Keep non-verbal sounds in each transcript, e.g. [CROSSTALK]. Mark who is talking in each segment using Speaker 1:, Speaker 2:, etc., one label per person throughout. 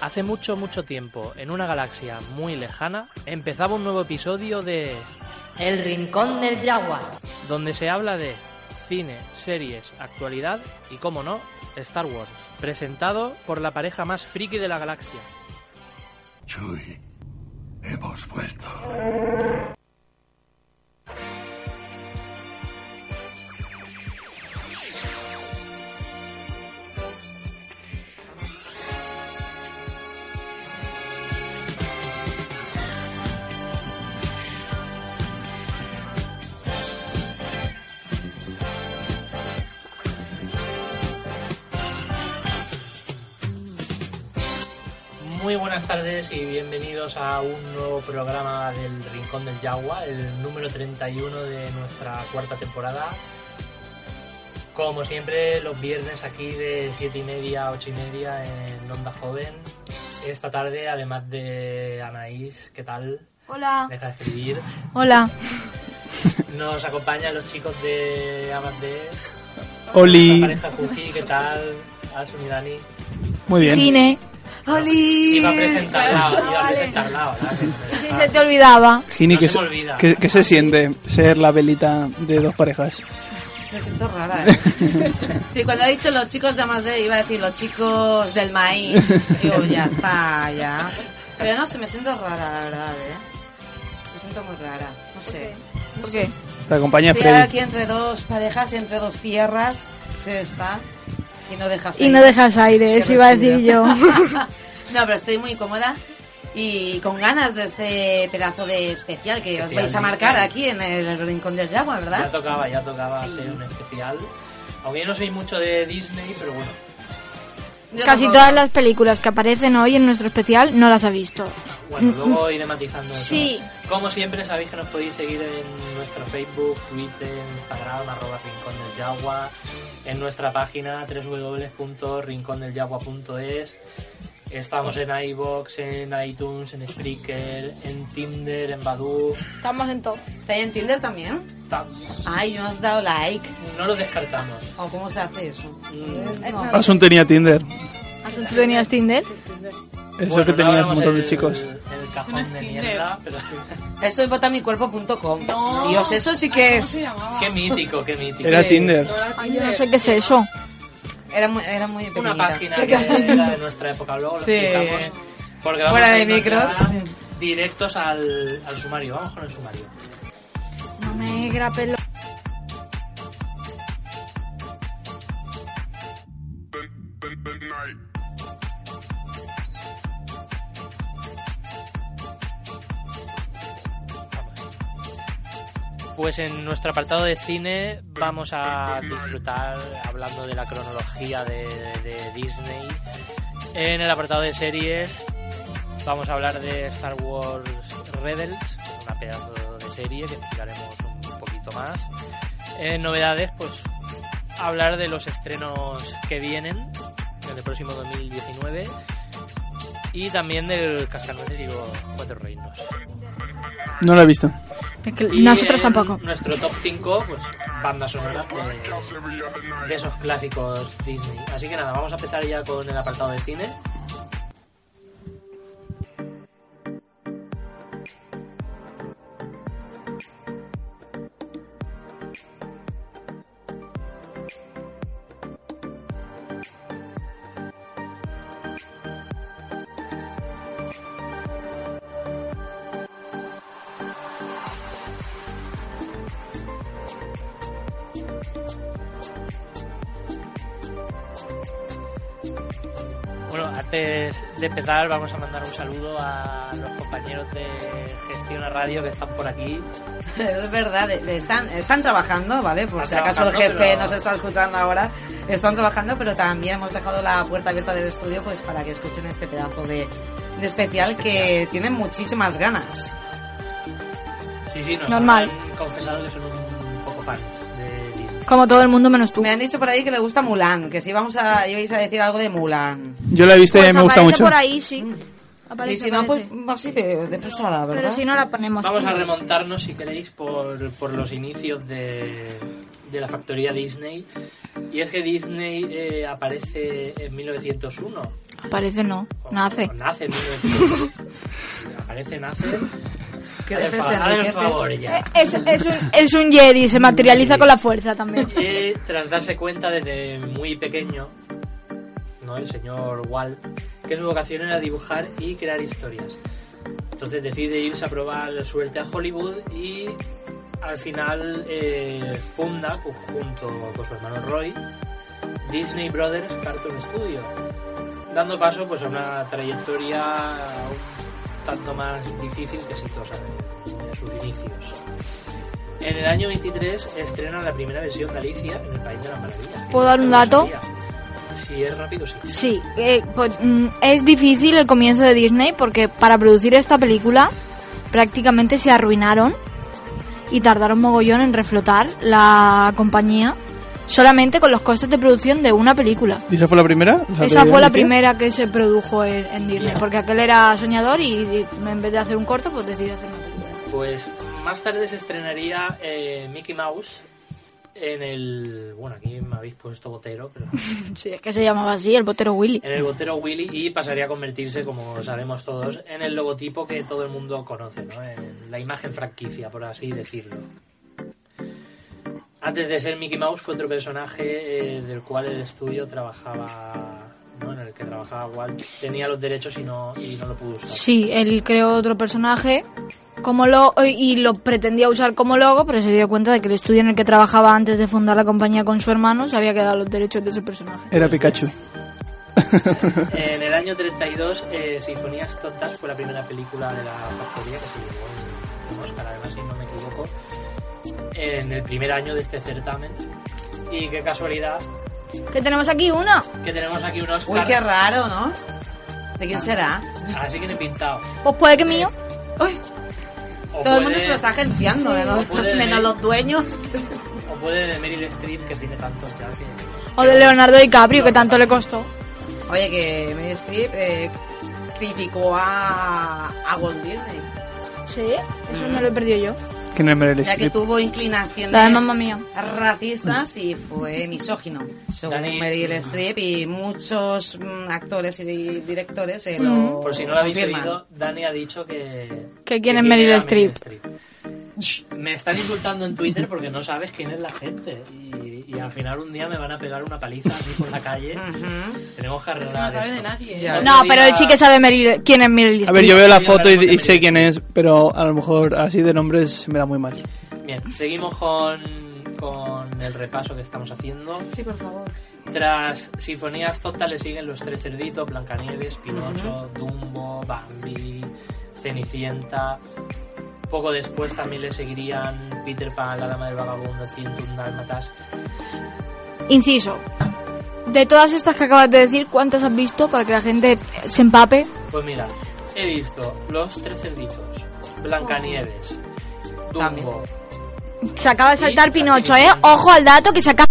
Speaker 1: Hace mucho, mucho tiempo, en una galaxia muy lejana, empezaba un nuevo episodio de...
Speaker 2: El Rincón del Jaguar.
Speaker 1: donde se habla de cine, series, actualidad y, como no, Star Wars, presentado por la pareja más friki de la galaxia.
Speaker 3: Chuy, hemos vuelto.
Speaker 1: Muy buenas tardes y bienvenidos a un nuevo programa del Rincón del Yagua, el número 31 de nuestra cuarta temporada. Como siempre, los viernes aquí de 7 y media a 8 y media en Onda Joven. Esta tarde, además de Anaís, ¿qué tal?
Speaker 4: Hola.
Speaker 1: Deja de escribir.
Speaker 4: Hola.
Speaker 1: Nos acompañan los chicos de Amas de
Speaker 5: Oli.
Speaker 1: la pareja Cookie, ¿qué tal? Asun y Dani.
Speaker 5: Muy bien.
Speaker 4: Cine.
Speaker 1: Iba a
Speaker 4: ¡Oli!
Speaker 1: presentarla, iba a
Speaker 4: Vale.
Speaker 1: presentarla, ¿verdad?
Speaker 4: Si se te olvidaba.
Speaker 5: Gini,
Speaker 1: No
Speaker 5: que,
Speaker 1: se me olvida.
Speaker 5: que- que se siente ser la velita de dos parejas.
Speaker 6: Me siento rara, ¿eh? Sí, cuando ha dicho los chicos de Amadei, iba a decir los chicos del maíz. Digo, ya está, ya. Pero no sé, me siento rara, la verdad, ¿eh? Me siento muy rara, no sé.
Speaker 4: ¿Por qué?
Speaker 5: Te acompaña
Speaker 6: Estoy ahora
Speaker 5: Freddy.
Speaker 6: aquí entre dos parejas, entre dos tierras, se está, y no dejas
Speaker 4: Y no dejas aire,
Speaker 6: Qué
Speaker 4: eso iba a decir yo.
Speaker 6: respiro. [LAUGHS] No, pero estoy muy cómoda y con ganas de este pedazo de especial que os
Speaker 1: Especial,
Speaker 6: vais a
Speaker 1: sí.
Speaker 6: marcar aquí en el Rincón del Jaguar,
Speaker 1: Ya
Speaker 6: ¿verdad?
Speaker 1: tocaba, ya tocaba
Speaker 6: Sí.
Speaker 1: hacer un especial. Aunque yo no soy mucho de Disney, pero bueno.
Speaker 6: Yo
Speaker 4: Casi
Speaker 6: tampoco.
Speaker 4: todas las películas que aparecen hoy en nuestro especial no las ha visto.
Speaker 1: Bueno, luego iré matizando eso.
Speaker 4: Sí.
Speaker 1: Como siempre, sabéis que nos podéis seguir en nuestro Facebook, Twitter, Instagram, arroba Rincón del Yagua, en nuestra página www.rincondeljagua.es. Estamos en iBox, en iTunes, en Spreaker, en Tinder, en Badoo.
Speaker 4: Estamos en todo.
Speaker 6: ¿Estáis en Tinder también?
Speaker 1: Tam-
Speaker 6: Ay, no has dado like.
Speaker 1: No lo descartamos.
Speaker 6: ¿O cómo se hace eso?
Speaker 1: Mm.
Speaker 6: No.
Speaker 5: Asun tenía Tinder.
Speaker 4: ¿Tú tenías Tinder?
Speaker 5: Eso
Speaker 1: Bueno,
Speaker 5: que
Speaker 1: no
Speaker 5: tenías
Speaker 1: abramos
Speaker 5: un montón
Speaker 1: el-
Speaker 5: de chicos.
Speaker 1: El cajón de mierda, pero
Speaker 6: Eso es botamicuerpo.com. Dios, eso sí que es.
Speaker 1: qué mítico, qué mítico.
Speaker 5: Era Tinder.
Speaker 4: Ay, yo no sé qué es eso.
Speaker 6: Era muy, era muy
Speaker 1: una
Speaker 6: pequeñita.
Speaker 1: página que era de nuestra época, luego lo
Speaker 6: Sí.
Speaker 1: explicamos. Porque vamos
Speaker 6: Fuera
Speaker 1: a
Speaker 6: de
Speaker 1: irnos
Speaker 6: micros.
Speaker 1: ya Directos al, al sumario, vamos con el sumario.
Speaker 4: No me grapes lo-
Speaker 1: Pues en nuestro apartado de cine vamos a disfrutar hablando de la cronología de, de Disney. En el apartado de series vamos a hablar de Star Wars Rebels, una pedazo de serie que explicaremos un poquito más. En novedades, pues hablar de los estrenos que vienen en el próximo 2019 y también del Cascanueces y los Cuatro Reinos.
Speaker 5: No lo he visto.
Speaker 4: Es que
Speaker 1: Y
Speaker 4: Nosotros
Speaker 1: en
Speaker 4: tampoco.
Speaker 1: Nuestro top 5, pues bandas sonoras de, de esos clásicos Disney. Así que nada, vamos a empezar ya con el apartado de cine. Bueno, antes de empezar vamos a mandar un saludo a los compañeros de Gestión a Radio que están por aquí.
Speaker 6: [LAUGHS] Es verdad, eh, están, están trabajando, ¿vale? Por
Speaker 1: Están
Speaker 6: si acaso el jefe
Speaker 1: trabajando, pero-
Speaker 6: nos está escuchando ahora. Están trabajando, pero también hemos dejado la puerta abierta del estudio pues para que escuchen este pedazo de, de especial que tienen muchísimas ganas.
Speaker 1: Sí, sí, nos
Speaker 4: Normal.
Speaker 1: han confesado que son un poco fans de Disney.
Speaker 4: Como todo el mundo menos tú.
Speaker 6: Me han dicho por ahí que le gusta Mulan, que si vamos a, ibais a decir algo de Mulan.
Speaker 5: Yo la he visto y
Speaker 4: Pues
Speaker 5: me gusta
Speaker 4: aparece
Speaker 5: mucho.
Speaker 4: por ahí, sí. Aparece,
Speaker 6: y si no, pues
Speaker 4: aparece.
Speaker 6: así de, de pesada, ¿verdad?
Speaker 4: Pero si no la ponemos.
Speaker 1: Vamos a remontarnos, si queréis, por, por los inicios de, de la factoría Disney. Y es que Disney eh, aparece en 1901
Speaker 4: Aparece no, nace.
Speaker 1: Nace, tío. Aparece, nace.
Speaker 6: Creces,
Speaker 1: Hazme el
Speaker 6: enriqueces.
Speaker 1: favor ya.
Speaker 4: Es, es un, es un Jedi, se materializa con la fuerza también.
Speaker 1: que tras darse cuenta desde muy pequeño, ¿no? el señor Walt, que su vocación era dibujar y crear historias. Entonces decide irse a probar suerte a Hollywood y al final eh, funda, cu- junto con su hermano Roy, Disney Brothers Cartoon Studio, dando paso pues, a una trayectoria un tanto más difícil que exitosa en sus inicios. En el año 23 estrena la primera versión de Alicia en el País de las Maravillas.
Speaker 4: ¿Puedo dar un
Speaker 1: Pero
Speaker 4: dato?
Speaker 1: sabía. Si es rápido, sí.
Speaker 4: Sí, eh, pues, mm, es difícil el comienzo de Disney porque para producir esta película prácticamente se arruinaron y tardaron mogollón en reflotar la compañía solamente con los costes de producción de una película.
Speaker 5: ¿Y esa fue la primera?
Speaker 4: Esa
Speaker 5: de
Speaker 4: fue la
Speaker 5: Alicia?
Speaker 4: primera que se produjo en, en Disney,
Speaker 1: Ya.
Speaker 4: porque aquel era soñador y, di- en vez de hacer un corto, pues decidió hacer una película. [LAUGHS]
Speaker 1: Pues más tarde se estrenaría eh, Mickey Mouse en el... Bueno, aquí me habéis puesto botero, pero...
Speaker 4: Sí, es que se llamaba así, el botero Willy.
Speaker 1: En el botero Willy y pasaría a convertirse, como sabemos todos, en el logotipo que todo el mundo conoce, ¿no? En la imagen franquicia, por así decirlo. Antes de ser Mickey Mouse fue otro personaje eh, del cual el estudio trabajaba, ¿no? En el que trabajaba Walt. Tenía los derechos y no, y no lo pudo usar.
Speaker 4: Sí, él creó otro personaje como lo, y lo pretendía usar como logo, pero se dio cuenta de que el estudio en el que trabajaba antes de fundar la compañía con su hermano se había quedado los derechos de ese personaje.
Speaker 5: Era Pikachu.
Speaker 1: En el año 32, eh, Sinfonías Tontas fue la primera película de la factoría que se llevó un- un Oscar, además, si no me equivoco, en el primer año de este certamen. Y qué casualidad
Speaker 4: Que tenemos aquí una.
Speaker 1: que tenemos aquí un
Speaker 6: Uy, qué
Speaker 1: Oscar.
Speaker 6: raro, ¿no? ¿De
Speaker 1: Ah,
Speaker 6: quién será?
Speaker 1: Así que le he pintado.
Speaker 4: Pues puede que mío.
Speaker 6: Uy,
Speaker 1: O
Speaker 6: todo el mundo
Speaker 1: puede-
Speaker 6: se lo está agenciando, ¿no?
Speaker 1: puede-
Speaker 6: [LAUGHS] menos los dueños.
Speaker 1: O puede de Meryl Streep, que tiene tantos ya que-
Speaker 4: O de Leonardo DiCaprio, que tanto le costó.
Speaker 6: Oye, que Meryl Streep eh, criticó a, a Walt Disney,
Speaker 4: Sí, eso me lo he perdido yo.
Speaker 5: Que no es Meryl
Speaker 6: ya que
Speaker 5: Streep.
Speaker 6: tuvo inclinaciones
Speaker 4: La de mamá mía.
Speaker 6: racistas y fue misógino, según
Speaker 1: Dani-
Speaker 6: Meryl Streep y muchos mm, actores y di- directores eh,
Speaker 4: Mm.
Speaker 6: lo
Speaker 1: Por si no lo habéis
Speaker 6: confirman.
Speaker 1: oído, Dani ha dicho que.
Speaker 4: Que quién es Meryl
Speaker 1: era
Speaker 4: Streep.
Speaker 1: Streep. Me están insultando en Twitter porque no sabes quién es la gente. Y, y al final un día me van a pegar una paliza así por la
Speaker 6: [LAUGHS]
Speaker 1: calle.
Speaker 6: Ujú.
Speaker 1: Tenemos que arreglar.
Speaker 7: no sabe de
Speaker 1: esto.
Speaker 7: nadie.
Speaker 6: Ya.
Speaker 4: No, pero él sí que sabe Meryl- quién es Meryl
Speaker 5: A
Speaker 4: Streep.
Speaker 5: ver, yo veo la
Speaker 1: Streep.
Speaker 5: foto y, y sé quién es, pero a lo mejor así de nombres se me da muy mal.
Speaker 1: Bien, seguimos con, con el repaso que estamos haciendo.
Speaker 6: Sí, por favor.
Speaker 1: Tras Sinfonías Total le siguen Los Tres Cerditos, Blancanieves, Pinocho, Dumbo, Bambi, Cenicienta. Poco después también le seguirían Peter Pan, La Dama del Vagabundo, 101 Dálmatas.
Speaker 4: Inciso. De todas estas que acabas de decir, ¿cuántas has visto para que la gente se empape?
Speaker 1: Pues mira, he visto Los Tres Cerditos, Blancanieves, Dumbo,
Speaker 6: También.
Speaker 4: Se acaba de saltar
Speaker 1: Sí,
Speaker 4: Pinocho,
Speaker 1: así
Speaker 4: ¿eh?
Speaker 1: que-
Speaker 4: Ojo al dato que se acaba...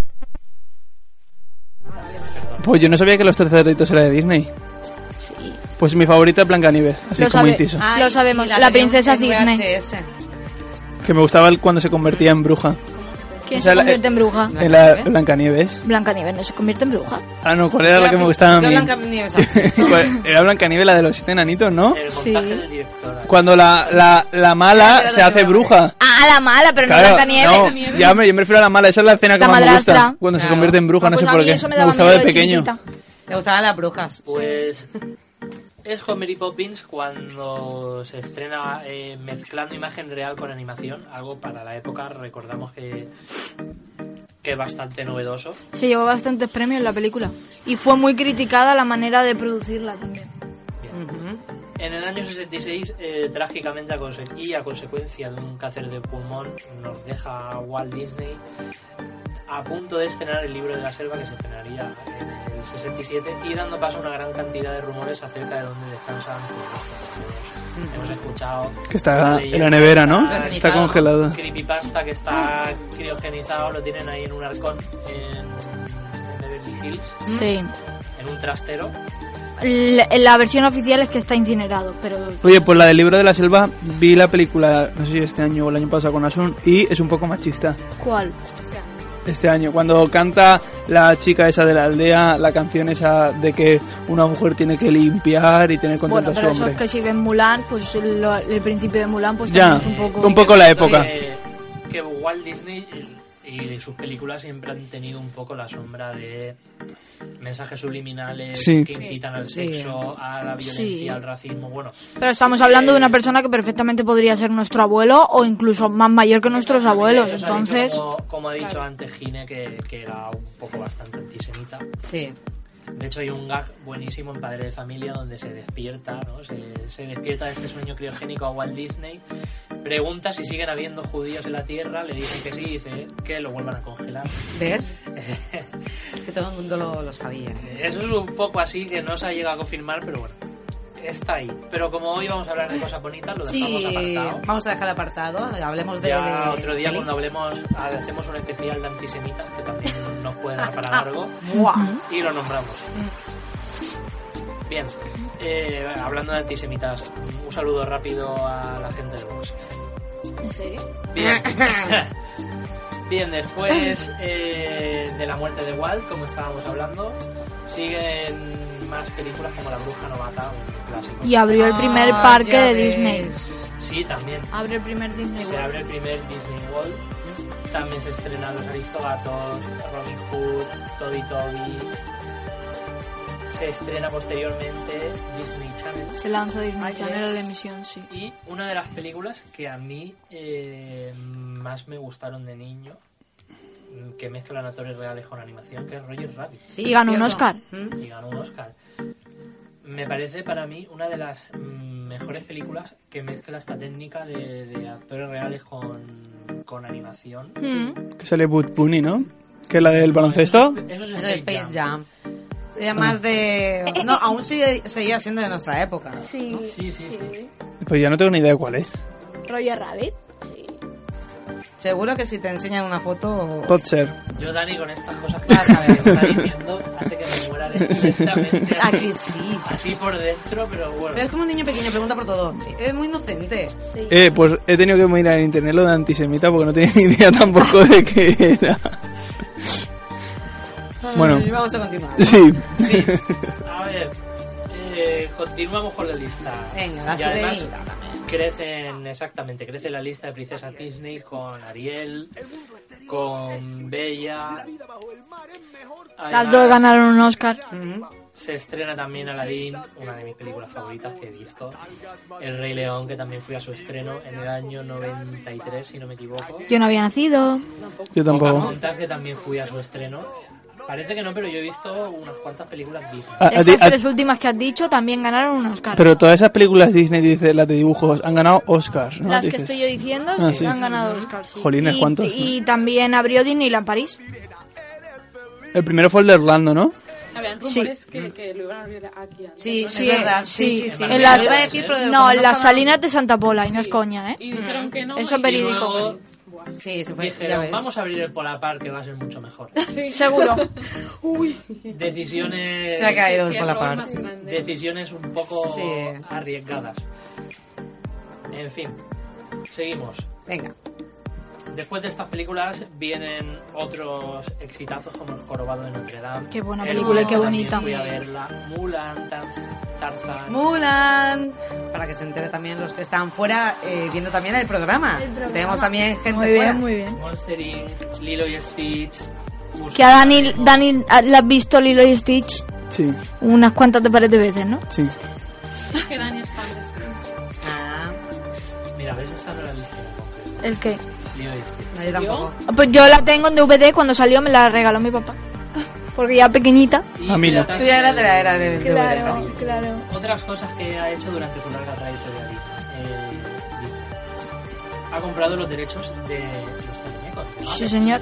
Speaker 5: Pues yo no sabía que los terceritos era de Disney. Pues mi favorita es Blancanieves, así
Speaker 4: Lo
Speaker 5: como
Speaker 4: sabe.
Speaker 5: inciso.
Speaker 4: Ah. Lo
Speaker 6: y
Speaker 4: sabemos, la
Speaker 6: tenemos
Speaker 4: princesa
Speaker 6: en
Speaker 4: Disney.
Speaker 6: VHS.
Speaker 4: Ah.
Speaker 5: Que me gustaba el- cuando se convertía en bruja.
Speaker 4: ¿Quién
Speaker 5: O sea,
Speaker 4: se
Speaker 5: la-
Speaker 4: convierte en bruja?
Speaker 5: En la Blancanieves.
Speaker 4: Blancanieves no se convierte en bruja.
Speaker 5: Ah, no, ¿cuál era la que me
Speaker 6: Blanca-
Speaker 5: gustaba a
Speaker 6: la
Speaker 5: mí?
Speaker 6: Blanca Nieves, ¿sabes?
Speaker 5: [LAUGHS] ¿Cuál- era Blancanieves, la de los siete enanitos, ¿no?
Speaker 1: El
Speaker 4: Sí.
Speaker 1: montaje del director.
Speaker 5: Cuando la, la, la
Speaker 6: Ya,
Speaker 5: mala
Speaker 6: pero
Speaker 5: se
Speaker 6: no
Speaker 5: hace
Speaker 6: lleva.
Speaker 5: bruja.
Speaker 4: Ah, la mala, pero no
Speaker 5: Claro,
Speaker 4: Blancanieves.
Speaker 5: no, ya me, yo me refiero a la mala, esa es la escena que
Speaker 4: La
Speaker 5: más me gusta.
Speaker 4: madrastra.
Speaker 5: Cuando se
Speaker 6: Claro.
Speaker 5: convierte en bruja, no,
Speaker 4: Pues
Speaker 5: sé
Speaker 4: a
Speaker 5: por
Speaker 4: mí
Speaker 5: qué.
Speaker 4: eso me
Speaker 5: Me
Speaker 4: daba
Speaker 5: gustaba de
Speaker 4: miedo de
Speaker 5: pequeño.
Speaker 4: chiquitita.
Speaker 6: Le gustaban las brujas.
Speaker 1: Pues es con Mary Poppins cuando se estrena eh, mezclando imagen real con animación, algo para la época recordamos que que es bastante novedoso.
Speaker 4: Se llevó bastantes premios la película. Y fue muy criticada la manera de producirla también.
Speaker 1: Bien.
Speaker 6: Ujú.
Speaker 1: En el año 66, eh, trágicamente a conse- y a consecuencia de un cáncer de pulmón, nos deja Walt Disney a punto de estrenar el libro de la selva que se estrenaría en el 67 y dando paso a una gran cantidad de rumores acerca de dónde descansan sus restos. Hemos escuchado
Speaker 5: Que está
Speaker 1: una
Speaker 5: en
Speaker 1: leyenda,
Speaker 5: la nevera, ¿no?
Speaker 1: está-
Speaker 5: Está congelada.
Speaker 1: creepypasta que está criogenizado, lo tienen ahí en un arcón en, en Beverly Hills,
Speaker 5: Mm.
Speaker 4: Sí.
Speaker 1: en un trastero.
Speaker 4: La, la versión oficial es que está incinerado, pero...
Speaker 5: Oye, pues la del libro de la selva, vi la película, no sé si este año o el año pasado con Asun, y es un poco machista.
Speaker 4: ¿Cuál?
Speaker 5: este año. Cuando canta la chica esa de la aldea, la canción esa de que una mujer tiene que limpiar y tener contento
Speaker 4: Bueno, pero
Speaker 5: a su
Speaker 4: eso
Speaker 5: hombre.
Speaker 4: es que si ven Mulan, pues el, el principio de Mulan, pues
Speaker 5: Ya,
Speaker 4: también es un poco...
Speaker 5: un poco la época.
Speaker 1: Que, que Walt Disney y sus películas siempre han tenido un poco la sombra de mensajes subliminales
Speaker 5: Sí.
Speaker 1: que incitan al
Speaker 6: Sí.
Speaker 1: sexo, a la violencia,
Speaker 4: Sí.
Speaker 1: al racismo. Bueno,
Speaker 4: Pero estamos hablando de una persona que perfectamente podría ser nuestro abuelo o incluso más mayor que nuestros abuelos,
Speaker 1: ellos han
Speaker 4: entonces...
Speaker 1: dicho, Como, como ha dicho antes Gine, que, que era un poco bastante antisemita.
Speaker 6: Sí.
Speaker 1: De hecho, hay un gag buenísimo en Padre de Familia donde se despierta, ¿no? Se, se despierta de este sueño criogénico a Walt Disney, pregunta si siguen habiendo judíos en la Tierra, le dicen que sí, dice que lo vuelvan a congelar. [LAUGHS]
Speaker 6: ¿Ves? que todo el mundo lo, lo sabía.
Speaker 1: Eh, Eso es un poco así que no se ha llegado a confirmar, pero bueno, está ahí. Pero como hoy vamos a hablar de cosas bonitas, lo dejamos
Speaker 6: Sí,
Speaker 1: apartado.
Speaker 6: vamos a dejar apartado. Hablemos de.
Speaker 1: Ya otro día
Speaker 6: pelis.
Speaker 1: cuando hablemos, hacemos un especial de antisemitas que también nos puede dar para largo.
Speaker 6: Buah.
Speaker 1: y lo nombramos. Bien, eh, hablando de antisemitas, un saludo rápido a la gente de Vox.
Speaker 4: ¿En serio?
Speaker 1: Bien. Bien, después eh, de la muerte de Walt, como estábamos hablando, siguen más películas como La Bruja Novata, un clásico.
Speaker 4: Y abrió el primer
Speaker 6: Ah,
Speaker 4: parque
Speaker 6: ya
Speaker 4: de
Speaker 6: ves.
Speaker 4: Disney.
Speaker 1: Sí, también.
Speaker 4: Abre el primer Disney
Speaker 1: Se abre el primer Disney World. También se estrenan Los Aristogatos, Robin Hood, Toby Toby. Se estrena posteriormente Disney Channel.
Speaker 4: Se lanza Disney
Speaker 6: Ay,
Speaker 4: Channel
Speaker 6: es-
Speaker 4: la emisión, sí.
Speaker 1: Y una de las películas que a mí eh, más me gustaron de niño, mm, que mezclan actores reales con animación, que es Roger Rabbit.
Speaker 6: Sí,
Speaker 4: Y ganó un
Speaker 6: cierto.
Speaker 4: Oscar.
Speaker 6: Mm.
Speaker 1: Y ganó un Oscar. Me parece para mí una de las mm, mejores películas que mezcla esta técnica de, de actores reales con, con animación.
Speaker 4: Mm.
Speaker 5: Que sale Bud Bunny, ¿no? Que es la del baloncesto.
Speaker 1: Eso es
Speaker 6: Eso de Space Jam. Era más de. No, aún sigue, seguía siendo de nuestra época.
Speaker 4: Sí.
Speaker 1: Sí, sí, sí.
Speaker 5: Pues ya no tengo ni idea de cuál es.
Speaker 4: Roger Rabbit.
Speaker 6: Seguro que si te enseñan una foto.
Speaker 5: Puede ser.
Speaker 1: Yo, Dani, con estas cosas que
Speaker 6: Ya sabes.
Speaker 1: me está diciendo, hace que me muera
Speaker 6: [LAUGHS]
Speaker 1: lentamente.
Speaker 6: Ah, que sí.
Speaker 1: Así por dentro, pero bueno.
Speaker 6: Pero es como un niño pequeño, pregunta por todo. Es muy inocente.
Speaker 5: Eh, pues he tenido que mirar en internet lo de antisemita porque no tenía ni idea tampoco de qué era. Bueno.
Speaker 6: Y vamos a continuar.
Speaker 5: Sí.
Speaker 1: Sí, a ver, eh, continuamos con la lista.
Speaker 6: Venga,
Speaker 1: y
Speaker 6: dásele
Speaker 1: además
Speaker 6: ahí, dame.
Speaker 1: crecen, exactamente, crece la lista de princesas Disney con Ariel, con Bella.
Speaker 4: Las dos
Speaker 1: Además,
Speaker 4: ganaron un Oscar.
Speaker 1: Se estrena también Aladdin, una de mis películas favoritas que he visto. El Rey León, que también fui a su estreno en el año 93, si no me equivoco.
Speaker 4: Yo no había nacido.
Speaker 5: Yo tampoco.
Speaker 1: Pocahontas, que también fui a su estreno. Parece que no, pero yo he visto unas cuantas películas Disney.
Speaker 5: A- a ti-
Speaker 4: Estas
Speaker 5: a-
Speaker 4: tres últimas que has dicho también ganaron un Oscar.
Speaker 5: ah, pero todas esas películas Disney, dice, las de dibujos, han ganado Oscars, ¿no?
Speaker 4: Las que
Speaker 5: Dices.
Speaker 4: estoy yo diciendo
Speaker 5: Ah,
Speaker 4: sí,
Speaker 5: sí.
Speaker 4: han ganado Oscar. sí.
Speaker 5: Jolines,
Speaker 4: y,
Speaker 5: ¿cuántos?
Speaker 4: Y también abrió Disneyland París.
Speaker 5: El primero fue el de Orlando, ¿no?
Speaker 7: Habían
Speaker 4: Sí.
Speaker 7: rumores que, que lo iban a abrir aquí antes.
Speaker 6: Sí,
Speaker 7: ¿no?
Speaker 6: sí, es verdad. Sí, sí, sí.
Speaker 1: En
Speaker 6: la
Speaker 1: las-
Speaker 6: iba a decir, pero
Speaker 4: No,
Speaker 6: como
Speaker 4: en las
Speaker 6: estaba-
Speaker 4: salinas de Santa Pola, y no es coña, ¿eh?
Speaker 7: Y dijeron que no.
Speaker 4: Eso
Speaker 7: y-
Speaker 4: verídico.
Speaker 7: y luego- Buah,
Speaker 6: Sí, se fue. ya
Speaker 1: Dijeron,
Speaker 6: ves.
Speaker 1: vamos a abrir el Polapar que va a ser mucho mejor.
Speaker 6: [LAUGHS]
Speaker 4: Seguro.
Speaker 7: [LAUGHS]
Speaker 1: Decisiones,
Speaker 6: Se ha caído
Speaker 7: qué
Speaker 6: por la
Speaker 7: error
Speaker 6: par.
Speaker 7: más grande.
Speaker 1: decisiones un poco
Speaker 6: Sí.
Speaker 1: arriesgadas. En fin, seguimos.
Speaker 6: Venga.
Speaker 1: Después de estas películas vienen otros exitazos como El Jorobado de Notre Dame.
Speaker 4: Qué buena
Speaker 1: El
Speaker 4: película y qué
Speaker 1: Hobbit,
Speaker 4: bonita.
Speaker 1: Fui a verla. Mulan, Tar- Tarzan.
Speaker 6: Mulan. Para que se entere también los que están fuera eh, viendo también el programa. Tenemos también gente
Speaker 4: Muy
Speaker 6: fuera.
Speaker 4: bien, muy bien.
Speaker 1: Monster Inc., Lilo y Stitch. Pues, eh, Buscando
Speaker 4: Que a Dani,
Speaker 1: Nemo.
Speaker 4: Dani ah, la has visto Lilo y Stitch
Speaker 5: Sí,
Speaker 4: unas cuantas de pares de veces, ¿no?
Speaker 5: sí.
Speaker 7: que Dani es fan de este Sting.
Speaker 6: Ah,
Speaker 1: Mira, ¿ves? Esta no la lista en concreto.
Speaker 4: ¿El qué?
Speaker 1: Lilo y Stitch.
Speaker 6: no, yo tampoco.
Speaker 4: Pues yo la tengo en DVD, cuando salió me la regaló mi papá. Porque ya pequeñita.
Speaker 1: Y
Speaker 5: A mí no.
Speaker 1: Piratas
Speaker 6: Tú ya eras de la era
Speaker 1: del-
Speaker 6: del
Speaker 1: Claro,
Speaker 4: claro.
Speaker 1: Otras cosas que ha hecho durante su larga trayectoria eh, Disney. ha comprado los derechos de los muñecos.
Speaker 4: Sí, señor.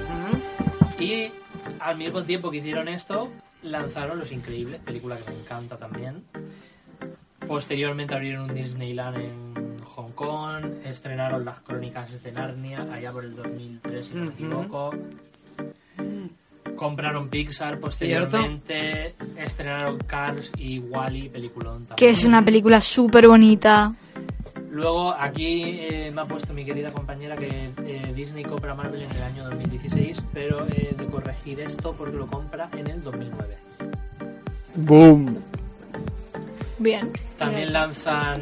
Speaker 1: Y al mismo tiempo que hicieron esto, lanzaron Los Increíbles, película que me encanta también. Posteriormente abrieron un Disneyland en Hong Kong, estrenaron las crónicas de Narnia allá por el 2003, si no me
Speaker 6: Ujú.
Speaker 1: equivoco. Compraron Pixar posteriormente, estrenaron Cars y Wally, peliculón también.
Speaker 4: Que es una película súper bonita.
Speaker 1: Luego aquí eh, me ha puesto mi querida compañera que eh, Disney compra Marvel en el año 2016, pero eh, he de corregir esto porque lo compra en el 2009.
Speaker 5: ¡Boom!
Speaker 4: Bien.
Speaker 1: También lanzan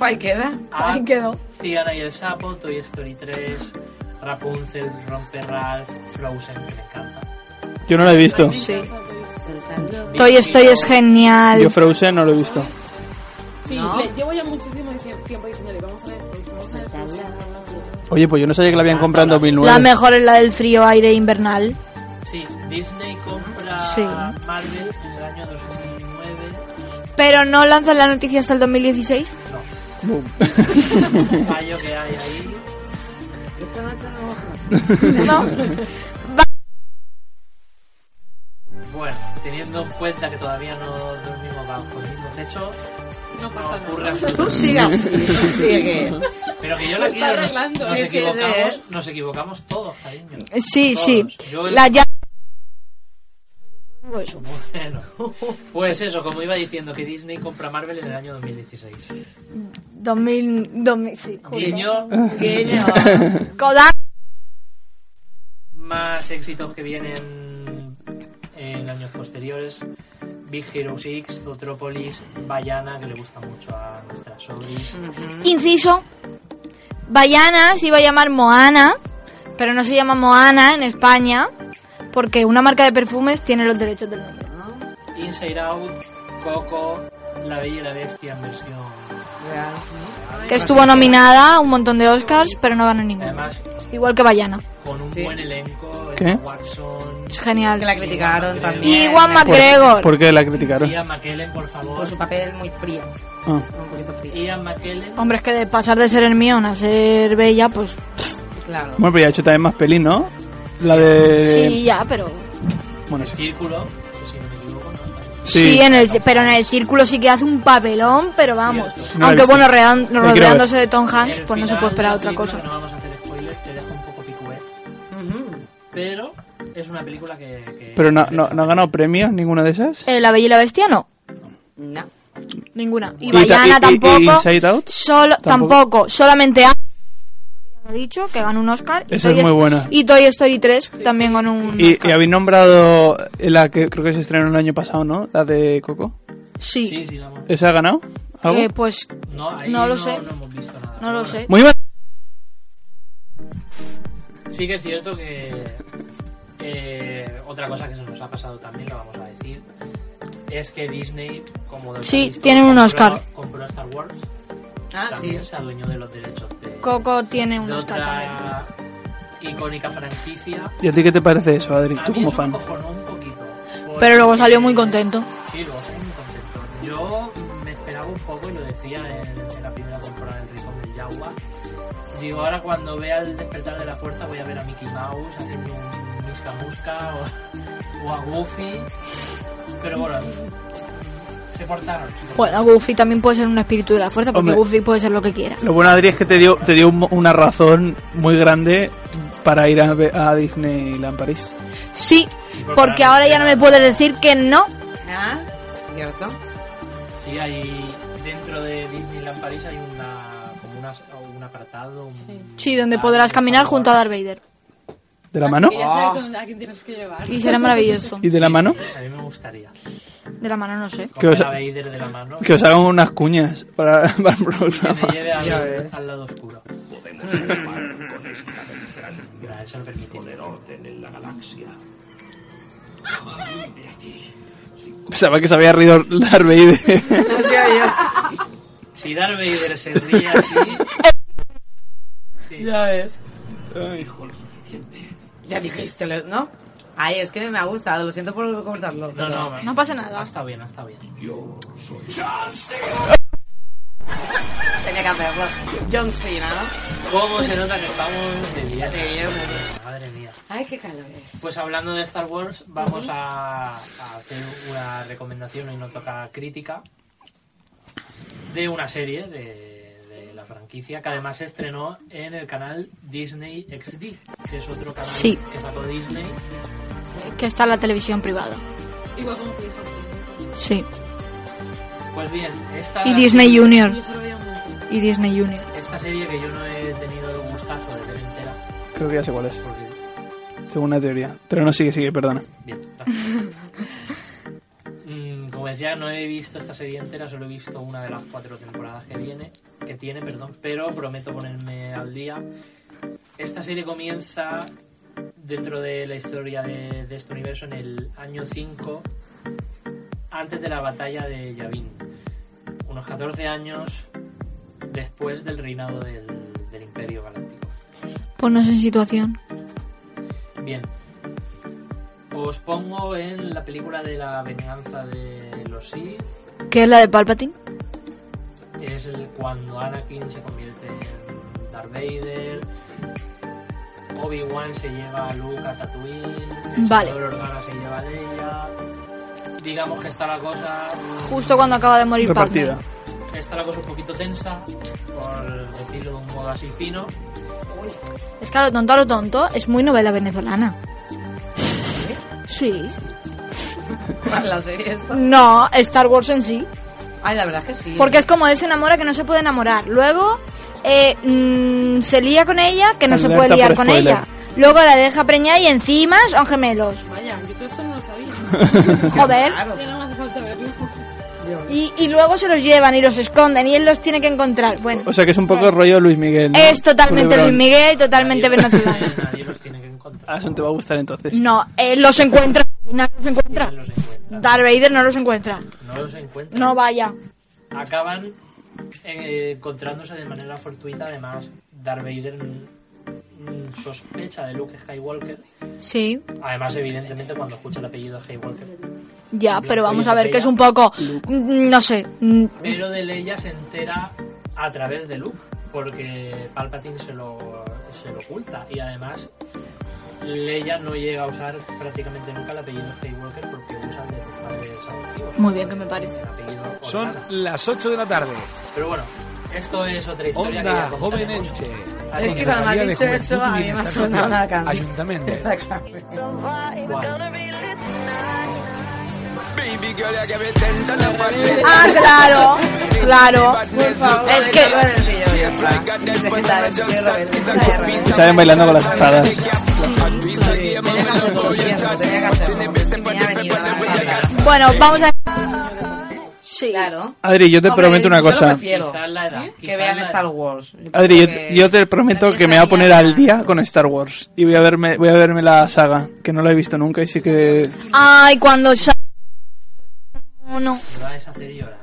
Speaker 6: Ahí queda.
Speaker 1: a
Speaker 4: Ahí quedó.
Speaker 1: Tiana y el sapo, Toy Story 3, Rapunzel, Romper Ralph, Frozen, que me encanta.
Speaker 5: Yo no lo he visto.
Speaker 4: Sí.
Speaker 6: Soltando.
Speaker 4: Toy Story es genial.
Speaker 5: Yo Frozen no lo he visto.
Speaker 7: Sí,
Speaker 6: ¿No?
Speaker 7: le- llevo ya muchísimo dici- tiempo diciéndole, vamos a ver, Frozen, vamos a ver. Frozen.
Speaker 5: Oye, pues yo no sabía que la habían comprado en 2009.
Speaker 4: La mejor es la del frío aire invernal.
Speaker 1: Sí, Disney compra
Speaker 4: Sí.
Speaker 1: Marvel en el año 2009.
Speaker 4: [LAUGHS] Pero no lanzan la noticia hasta el 2016.
Speaker 5: Boom.
Speaker 1: Fallo que hay ahí.
Speaker 6: Esta noche no bajas.
Speaker 4: No.
Speaker 1: Bueno, teniendo en cuenta que todavía no dormimos bajo el mismo techo,
Speaker 7: No pasa
Speaker 1: no ocurre
Speaker 7: nada.
Speaker 1: absolutamente
Speaker 6: Tú sigas así, tú sigue.
Speaker 1: Pero que yo la
Speaker 7: Lo está
Speaker 1: quiero, nos,
Speaker 7: arreglando.
Speaker 1: nos
Speaker 6: Sí, sí,
Speaker 1: equivocamos,
Speaker 6: sí.
Speaker 1: nos equivocamos todos, cariño.
Speaker 4: Sí,
Speaker 1: Todos.
Speaker 4: sí.
Speaker 1: Yo el-
Speaker 4: La ya-
Speaker 1: Bueno, pues eso, como iba diciendo, que Disney compra Marvel en el año 2016.
Speaker 4: 2000, 2000 sí, justo.
Speaker 1: Guiño,
Speaker 6: Guiño.
Speaker 4: Godard.
Speaker 1: más éxitos que vienen en años posteriores. Big Hero 6, Zootropolis, Bayana, que le gusta mucho a nuestras sobris.
Speaker 4: Inciso. Bayana se iba a llamar Moana, pero no se llama Moana en España porque una marca de perfumes tiene los derechos del nombre.
Speaker 1: Inside Out, Coco, La Bella y la Bestia en versión...
Speaker 6: Ya.
Speaker 4: Que estuvo nominada a un montón de Oscars, pero no ganó ninguno.
Speaker 1: Además,
Speaker 4: Igual que Bayana.
Speaker 1: con un
Speaker 6: Sí.
Speaker 1: buen elenco,
Speaker 5: ¿Qué?
Speaker 1: Emma Watson...
Speaker 4: Es
Speaker 6: Que la
Speaker 4: genial.
Speaker 6: criticaron
Speaker 4: Y
Speaker 6: también.
Speaker 4: Juan McGregor.
Speaker 5: ¿Por qué la criticaron?
Speaker 1: Ian McKellen, por favor.
Speaker 6: Por su papel muy fría.
Speaker 5: Ah.
Speaker 6: Un poquito fría.
Speaker 1: Ian McKellen,
Speaker 4: Hombre, es que de pasar de ser Hermione a ser Bella, pues
Speaker 6: Claro.
Speaker 5: Bueno, pero ya ha hecho también más pelis, ¿no? La de...
Speaker 4: sí, ya, pero...
Speaker 5: Bueno, sí.
Speaker 1: Círculo, que si no me equivoco, no está bien.
Speaker 4: Sí, en el, pero en el círculo sí que hace un papelón, pero vamos.
Speaker 1: Cierto.
Speaker 5: No lo he
Speaker 4: Aunque
Speaker 5: visto. Eh,
Speaker 4: bueno, rodean-
Speaker 5: quiero ver.
Speaker 4: rodeándose de Tom Hanks,
Speaker 1: El
Speaker 4: pues no se
Speaker 1: final
Speaker 4: puede esperar
Speaker 1: del
Speaker 4: otra
Speaker 1: película,
Speaker 4: cosa.
Speaker 1: que No vamos a hacer spoilers, te dejo un poco picué.
Speaker 6: Ujú.
Speaker 1: Pero es una película que. que-
Speaker 5: Pero no, no, no ha ganado premios ninguna de esas.
Speaker 4: Eh, la Bella y la Bestia no,
Speaker 6: No.
Speaker 4: ninguna. Y,
Speaker 5: Y ta- y-
Speaker 4: Bayana
Speaker 5: y-
Speaker 4: tampoco.
Speaker 5: y Inside Out?
Speaker 4: Solo,
Speaker 5: Tampoco.
Speaker 4: tampoco. solamente a he dicho que ganó un Oscar. y
Speaker 5: Esa
Speaker 4: Toy
Speaker 5: es muy
Speaker 4: Est-
Speaker 5: buena.
Speaker 4: Y Toy Story 3 también ganó un
Speaker 5: Y,
Speaker 4: Oscar.
Speaker 5: y habéis nombrado la que creo que se estrenó el año pasado, ¿no? La de Coco.
Speaker 4: Sí.
Speaker 1: Sí, sí, la hemos-
Speaker 5: ¿Esa ha ganado? eh, ¿Algo?
Speaker 4: Eh, pues
Speaker 1: No, ahí
Speaker 4: Eh, No lo sé.
Speaker 1: No hemos visto nada.
Speaker 4: no lo
Speaker 1: Bueno,
Speaker 4: sé.
Speaker 5: Muy mal.
Speaker 1: Sí que es cierto que. eh, otra cosa que se nos ha pasado también, lo vamos a decir. Es que Disney, como. de
Speaker 4: Sí,
Speaker 1: previsto,
Speaker 4: tienen un
Speaker 1: compró-
Speaker 4: Oscar.
Speaker 1: Compró Star Wars.
Speaker 6: Ah, sí.
Speaker 1: también se adueñó de los derechos de.
Speaker 4: Coco tiene un
Speaker 1: de
Speaker 4: Oscar también.
Speaker 1: otra icónica franquicia.
Speaker 5: ¿Y a ti qué te parece eso, Adri?
Speaker 1: A
Speaker 5: Tú
Speaker 1: mí
Speaker 5: como
Speaker 1: eso me
Speaker 5: fan.
Speaker 1: acojonó un poquito.
Speaker 4: Pero luego salió muy
Speaker 1: porque-
Speaker 4: contento.
Speaker 1: Sí, luego soy muy contento. Yo me esperaba un poco y lo decía en, en la primera temporada del Rincón del Yagua. Digo, ahora cuando vea el despertar de la fuerza voy a ver a Mickey Mouse haciendo un Misca Musca o, o a Goofy. Pero bueno, se portaron. se portaron.
Speaker 4: Bueno, Goofy también puede ser un espíritu de la fuerza, porque
Speaker 5: Hombre.
Speaker 4: Goofy puede ser lo que quiera.
Speaker 5: Lo bueno, Adri, es que te dio, te dio un- una razón muy grande para ir a, ve- a Disneyland París.
Speaker 4: Sí,
Speaker 1: Sí, porque
Speaker 4: porque
Speaker 1: ahora
Speaker 4: ahora ya no me puede decir que no.
Speaker 6: Ah, cierto.
Speaker 1: Sí, hay dentro de Disneyland París hay una, como una, un apartado. un-
Speaker 4: Sí, donde podrás
Speaker 1: un
Speaker 4: caminar junto a
Speaker 1: favor.
Speaker 4: Darth Vader.
Speaker 5: ¿De la mano?
Speaker 7: Que ya sabes dónde- a quién tienes que llevar.
Speaker 4: Y será maravilloso.
Speaker 5: ¿Y de la mano?
Speaker 1: A mí me gustaría.
Speaker 4: De la mano no sé.
Speaker 5: Que
Speaker 1: Coger
Speaker 5: os-
Speaker 1: a Vader de la mano.
Speaker 5: Que os hagan unas cuñas para, [LAUGHS] para el
Speaker 1: que
Speaker 5: programa.
Speaker 1: me lleve
Speaker 6: Ya
Speaker 1: al,
Speaker 6: ves.
Speaker 1: al lado oscuro. Mira, eso lo permite.
Speaker 5: Pensaba que se había reído Darth Vader.
Speaker 6: No sé yo.
Speaker 1: Si Darth Vader se ríe así. Sí.
Speaker 6: Ya ves.
Speaker 5: Ay.
Speaker 6: Ya dijiste, lo- ¿no? Ay, es que me ha gustado, lo siento por cortarlo.
Speaker 1: No,
Speaker 6: pero-
Speaker 1: no,
Speaker 4: No pasa nada.
Speaker 1: Ha estado bien, ha estado bien.
Speaker 6: Tenía que hacerlo. John Cena, ¿no?
Speaker 1: ¿Cómo se nota que estamos de día?
Speaker 6: De viernes.
Speaker 1: Madre mía.
Speaker 6: Ay, qué calor es.
Speaker 1: Pues hablando de Star Wars, vamos a, a hacer una recomendación y no toca crítica de una serie de, de la franquicia que además se estrenó en el canal Disney XD, que es otro canal
Speaker 4: Sí.
Speaker 1: que sacó Disney
Speaker 4: Que está la televisión privada.
Speaker 7: Igual como que dijo,
Speaker 4: Sí.
Speaker 1: Pues bien, esta.
Speaker 4: Y Disney Junior.
Speaker 7: Yo solo veía un montón.
Speaker 4: y Disney Junior.
Speaker 1: Esta serie que yo no he tenido un gustazo de ver entera,
Speaker 5: Creo que ya sé cuál es.
Speaker 1: porque...
Speaker 5: Tengo una teoría. Pero no, sigue, sigue, perdona.
Speaker 1: Bien, gracias. Mm, Como decía, no he visto esta serie entera, solo he visto una de las cuatro temporadas que viene, que tiene, perdón, pero prometo ponerme al día. Esta serie comienza dentro de la historia de, de este universo en el año 5, antes de la batalla de Yavin, unos 14 años después del reinado del, del Imperio Galáctico.
Speaker 4: Ponnos Pues en situación.
Speaker 1: Bien. Os pongo en la película de la venganza de los Sith.
Speaker 4: ¿Qué es la de Palpatine?
Speaker 1: Es el- cuando Anakin se convierte en Darth Vader. Obi-Wan se lleva a Luke a Tatooine. El
Speaker 4: Vale.
Speaker 1: senador Organa se lleva a Leia. Digamos que está la cosa
Speaker 4: Justo cuando acaba de morir
Speaker 5: Repartida.
Speaker 4: Padme.
Speaker 1: está la cosa un poquito tensa, por decirlo de un modo así fino.
Speaker 4: Es que a lo tonto, a lo tonto, es muy novela venezolana.
Speaker 5: ¿Eh?
Speaker 4: Sí.
Speaker 6: La serie esta.
Speaker 4: No, Star Wars en sí.
Speaker 6: Ay, la verdad es que sí.
Speaker 4: Porque es como él se enamora que no se puede enamorar. Luego eh, mm, se lía con ella que no se
Speaker 5: Alerta
Speaker 4: puede liar
Speaker 5: por
Speaker 4: con
Speaker 5: spoiler.
Speaker 4: ella. Luego la deja preñada y encima son
Speaker 5: [LAUGHS]
Speaker 4: gemelos.
Speaker 7: Vaya, yo todo esto no lo sabía.
Speaker 4: Joder.
Speaker 6: Claro.
Speaker 7: Ya no me hace falta verlo.
Speaker 4: Y, y luego se los llevan y los esconden y él los tiene que encontrar. Bueno,
Speaker 5: O sea que es un poco rollo Luis Miguel. ¿no?
Speaker 4: es totalmente
Speaker 5: Culebrón.
Speaker 4: Luis Miguel y totalmente
Speaker 1: Nadie los
Speaker 4: venezolano.
Speaker 1: tiene- [LAUGHS] Nadie los tiene que encontrar.
Speaker 5: Ah, eso te va a gustar entonces.
Speaker 4: No, él los encuentra. No los encuentra.
Speaker 1: Nadie los encuentra.
Speaker 4: Darth Vader no los encuentra.
Speaker 1: No los encuentra.
Speaker 4: No vaya.
Speaker 1: acaban eh, encontrándose de manera fortuita. Además, Darth Vader mm, mm, sospecha de Luke Skywalker.
Speaker 4: Sí,
Speaker 1: Además, evidentemente, cuando escucha el apellido Skywalker.
Speaker 4: ya, pero
Speaker 1: Blanco
Speaker 4: vamos
Speaker 1: y
Speaker 4: a ver
Speaker 1: botella.
Speaker 4: que es un poco... mm, No sé. mm,
Speaker 1: Pero de Leia se entera a través de Luke, porque Palpatine se lo, se lo oculta. Y además, Leia no llega a usar prácticamente nunca el apellido Skywalker porque usa el de sus padres adoptivos.
Speaker 4: Muy bien que me parece.
Speaker 1: El apellido
Speaker 8: Son
Speaker 1: Organa.
Speaker 8: las 8 de la tarde.
Speaker 1: Pero bueno, esto es otra historia que ya
Speaker 8: Onda Joven
Speaker 1: comentaremos.
Speaker 8: Elche.
Speaker 1: Así
Speaker 6: Es que
Speaker 1: que
Speaker 6: cuando me
Speaker 8: Secretaría
Speaker 6: has
Speaker 8: de
Speaker 6: dicho
Speaker 8: Juventud
Speaker 6: eso, a
Speaker 8: y
Speaker 6: mí me ha
Speaker 8: Bienestar
Speaker 6: sonado
Speaker 8: Social,
Speaker 6: una canción.
Speaker 8: Ayuntamiento. [LAUGHS]
Speaker 6: La canción.
Speaker 1: Juan,
Speaker 4: Ah, claro, claro. Es que...
Speaker 5: Y salen bailando con las espadas.
Speaker 4: Bueno, vamos a... Sí.
Speaker 6: Claro.
Speaker 5: Adri, yo te
Speaker 6: Hombre,
Speaker 5: prometo una
Speaker 6: yo lo
Speaker 5: cosa.
Speaker 6: prefiero.
Speaker 1: Quizás la edad.
Speaker 6: Que
Speaker 1: quizás
Speaker 6: vean
Speaker 1: la edad.
Speaker 6: Star Wars. Yo
Speaker 5: Adri,
Speaker 6: creo
Speaker 5: yo, yo te prometo
Speaker 6: Nadie
Speaker 5: que me voy a
Speaker 6: sabía
Speaker 5: poner
Speaker 6: nada.
Speaker 5: al día con Star Wars. Y voy a verme, voy a verme la saga, que no la he visto nunca y sí que...
Speaker 4: Ay, cuando... sa- No, no.
Speaker 1: Me vais a hacer llorar.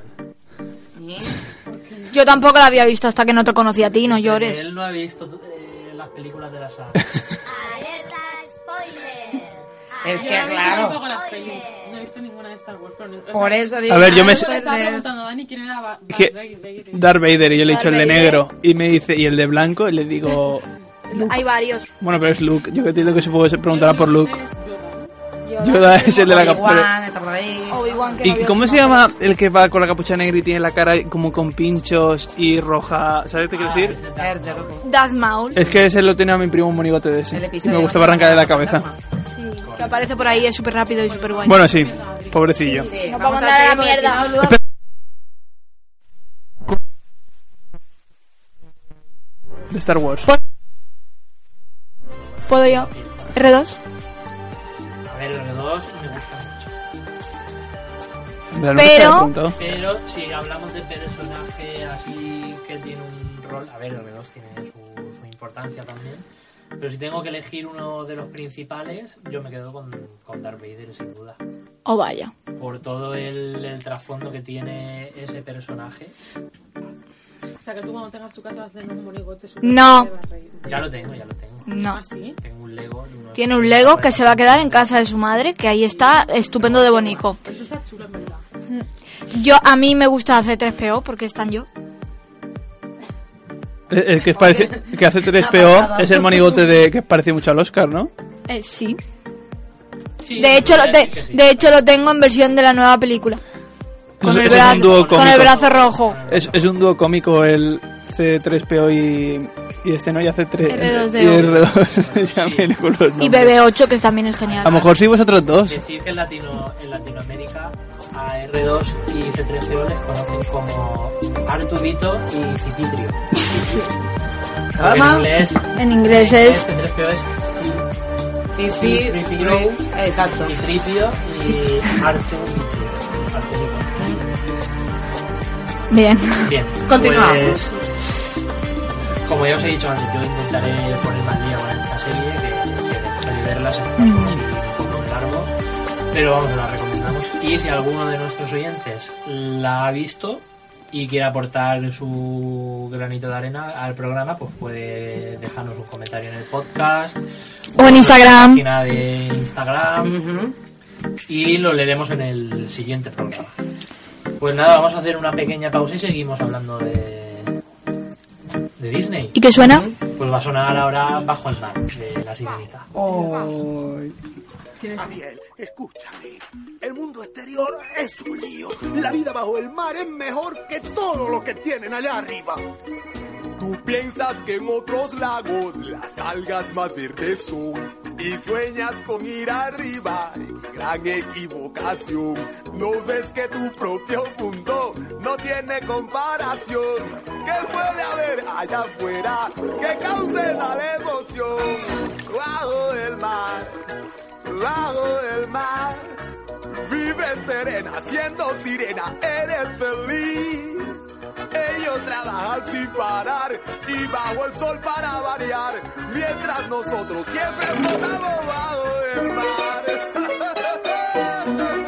Speaker 6: ¿Mm?
Speaker 4: Yo tampoco la había visto hasta que no te conocí a ti, no llores.
Speaker 1: Él no ha visto eh, las películas de la saga.
Speaker 6: Es que,
Speaker 7: Yo no he visto
Speaker 6: claro.
Speaker 7: tampoco las pelis. No he visto ninguna de Star Wars, pero no- o sea,
Speaker 6: Por eso digo.
Speaker 5: A ver, yo me-
Speaker 7: Yo le estaba
Speaker 6: Pues,
Speaker 7: preguntando a Dani quién era Ba-
Speaker 5: Que-
Speaker 7: Darth Vader.
Speaker 5: Darth Vader, y yo le he dicho el de
Speaker 4: Darth Vader.
Speaker 5: negro. Y me dice, y el de blanco, y le digo...
Speaker 4: Hay varios.
Speaker 5: Bueno, pero es Luke. Yo que entiendo que supongo que se preguntará por Luke.
Speaker 7: Es Yoda, ¿no?
Speaker 5: Yoda [LAUGHS] es el de la capucha.
Speaker 6: Obi-Wan, está por ahí.
Speaker 4: Obi-Wan, que no
Speaker 5: ¿Y
Speaker 4: vio
Speaker 5: cómo
Speaker 4: su
Speaker 5: se
Speaker 4: nombre.
Speaker 5: llama el que va con la capucha negra y tiene la cara como con pinchos y roja? ¿Sabes qué te quiero decir?
Speaker 1: Ah, ese
Speaker 6: Verde,
Speaker 1: tal.
Speaker 6: rojo.
Speaker 4: Darth Maul.
Speaker 5: Es que ese lo tenía mi primo un monigote de ese.
Speaker 6: El
Speaker 5: Y
Speaker 6: episodio
Speaker 5: me gustaba arrancar de la cabeza.
Speaker 4: Sí, que aparece por ahí, es súper rápido y súper guay.
Speaker 5: Bueno, sí, pobrecillo.
Speaker 6: Sí,
Speaker 4: Nos vamos
Speaker 6: vamos
Speaker 4: a la
Speaker 6: a seguir, porque si
Speaker 4: mierda.
Speaker 6: no, luego-
Speaker 5: De Star Wars.
Speaker 4: ¿Puedo yo? R2.
Speaker 1: A ver, los dos me gustan mucho.
Speaker 5: En plan, no te
Speaker 4: Pero-
Speaker 5: había preguntado.
Speaker 1: Pero si hablamos de personaje así que tiene un rol, a ver, los dos tiene su, su importancia también. Pero si tengo que elegir uno de los principales, yo me quedo con, con Darth Vader sin duda.
Speaker 4: Oh, vaya.
Speaker 1: Por todo el, el trasfondo que tiene ese personaje.
Speaker 7: O sea, que tú cuando tengas tu casa vas a tener un monigote super
Speaker 4: No.
Speaker 7: te vas a reír.
Speaker 1: Ya lo tengo, ya lo tengo.
Speaker 4: No.
Speaker 7: ¿Ah, sí?
Speaker 1: Tengo un Lego. y unos-
Speaker 4: Mm. Tiene un Lego que se va a quedar en casa de su madre, que ahí está estupendo de bonico.
Speaker 7: Eso está chulo, en verdad.
Speaker 4: Yo, a mí me gusta C3PO porque están yo.
Speaker 5: El, el Eh, que, es parece, que hace
Speaker 4: [LAUGHS]
Speaker 5: 3PO es el monigote de, que parece mucho al Oscar, ¿no?
Speaker 4: Eh, sí.
Speaker 1: Sí,
Speaker 4: De hecho,
Speaker 1: voy a
Speaker 4: lo, de,
Speaker 1: decir que sí.
Speaker 4: de hecho, lo tengo en versión de la nueva película. Con
Speaker 5: Eso-
Speaker 4: el
Speaker 5: eso es un
Speaker 4: brazo,
Speaker 5: dúo
Speaker 4: con el
Speaker 5: cómico.
Speaker 4: brazo rojo.
Speaker 5: Es, es un dúo cómico el, C3PO y, y este no, y C3
Speaker 4: R2D2.
Speaker 5: y R2. [LAUGHS] ya
Speaker 1: Sí.
Speaker 5: me lío con los
Speaker 4: Y
Speaker 5: nombres.
Speaker 4: BB8, que también es genial.
Speaker 5: A lo mejor sí vosotros dos.
Speaker 1: Decir que en, Latino, en Latinoamérica a R2 y C3PO les conocen como Artubito y
Speaker 4: [LAUGHS]
Speaker 1: Cipitrio. en
Speaker 6: Mamá.
Speaker 1: inglés,
Speaker 4: En inglés es.
Speaker 1: C3PO es
Speaker 6: Fifi,
Speaker 1: Fifi,
Speaker 6: Ru- Exacto.
Speaker 1: Citripio y Artubito. Artubito.
Speaker 4: Bien.
Speaker 1: Bien.
Speaker 6: Continuamos.
Speaker 1: pues, como ya os he dicho antes, yo intentaré ponerme al día con esta serie, que, que dejo de verla, se me hace
Speaker 4: Mm.
Speaker 1: así un poco largo, pero vamos, la recomendamos. Y si alguno de nuestros oyentes la ha visto y quiere aportar su granito de arena al programa, pues puede dejarnos un comentario en el podcast
Speaker 4: O en
Speaker 1: la
Speaker 4: Instagram.
Speaker 1: página de Instagram
Speaker 6: Ujú.
Speaker 1: y lo leeremos en el siguiente programa. Pues nada, vamos a hacer una pequeña pausa y seguimos hablando de, de Disney.
Speaker 4: ¿Y qué suena?
Speaker 1: Pues va a sonar ahora Bajo el Mar, de la sirenita.
Speaker 8: Ariel, escúchame. El mundo exterior es un lío. La vida bajo el mar es mejor que todo lo que tienen allá arriba. Tú piensas que en otros lagos las algas más verdes son y sueñas con ir arriba. Gran equivocación. No ves que tu propio mundo no tiene comparación. ¿Qué puede haber allá afuera que cause tal emoción? Bajo el mar, bajo el mar. Vive serena, siendo sirena, eres feliz. Ellos trabajan sin parar y bajo el sol para variar, mientras nosotros siempre flotamos bajo el [LAUGHS] mar.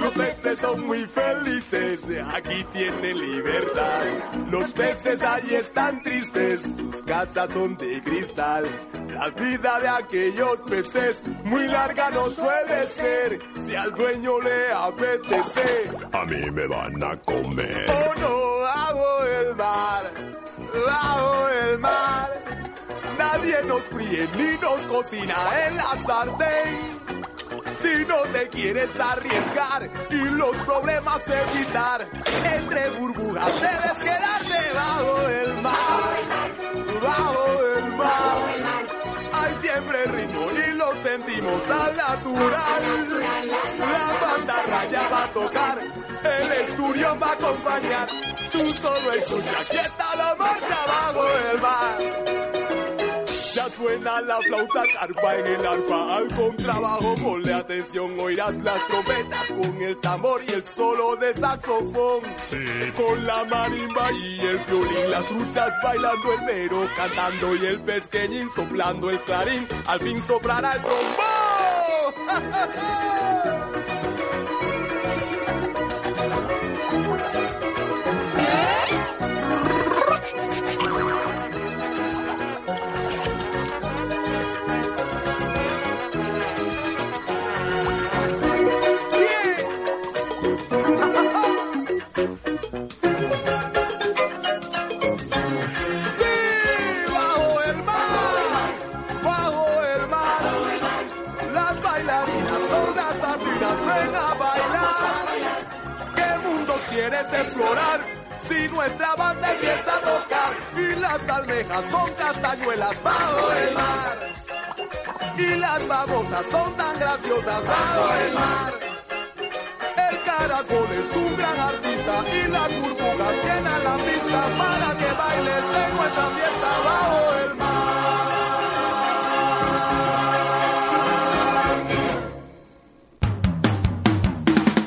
Speaker 8: Los peces son muy felices, aquí tienen libertad. Los peces ahí están tristes, sus casas son de cristal. La vida de aquellos peces muy larga no suele ser, si al dueño le apetece.
Speaker 3: A mí me van a comer.
Speaker 8: Oh no, bajo el mar, bajo el mar. Nadie nos fríe ni nos cocina en la sartén. Si no te quieres arriesgar y los problemas evitar, entre burbujas debes quedarte bajo el mar, bajo el mar. Hay siempre ritmo y lo sentimos al natural. La banda ya va a tocar, el estudio va a acompañar. Tú solo escucha, aquí está la marcha bajo el mar. Ya suena la flauta carpa en el arpa al contrabajo. Ponle atención, oirás las trompetas con el tambor y el solo de saxofón. Con la marimba y el violín, las truchas bailando el mero, cantando y el pesqueñín soplando el clarín. Al fin soplará el trombón. ¡Sí! ¡Bajo el mar! ¡Bajo el mar! Las bailarinas son las latinas, ven a bailar. ¿Qué mundo quieres explorar? Si nuestra banda empieza a tocar y las almejas son castañuelas bajo el mar. Y las babosas son tan graciosas bajo el mar. El caracol es un gran artista y las burbujas llenan la pista para que bailes en nuestra fiesta bajo el mar.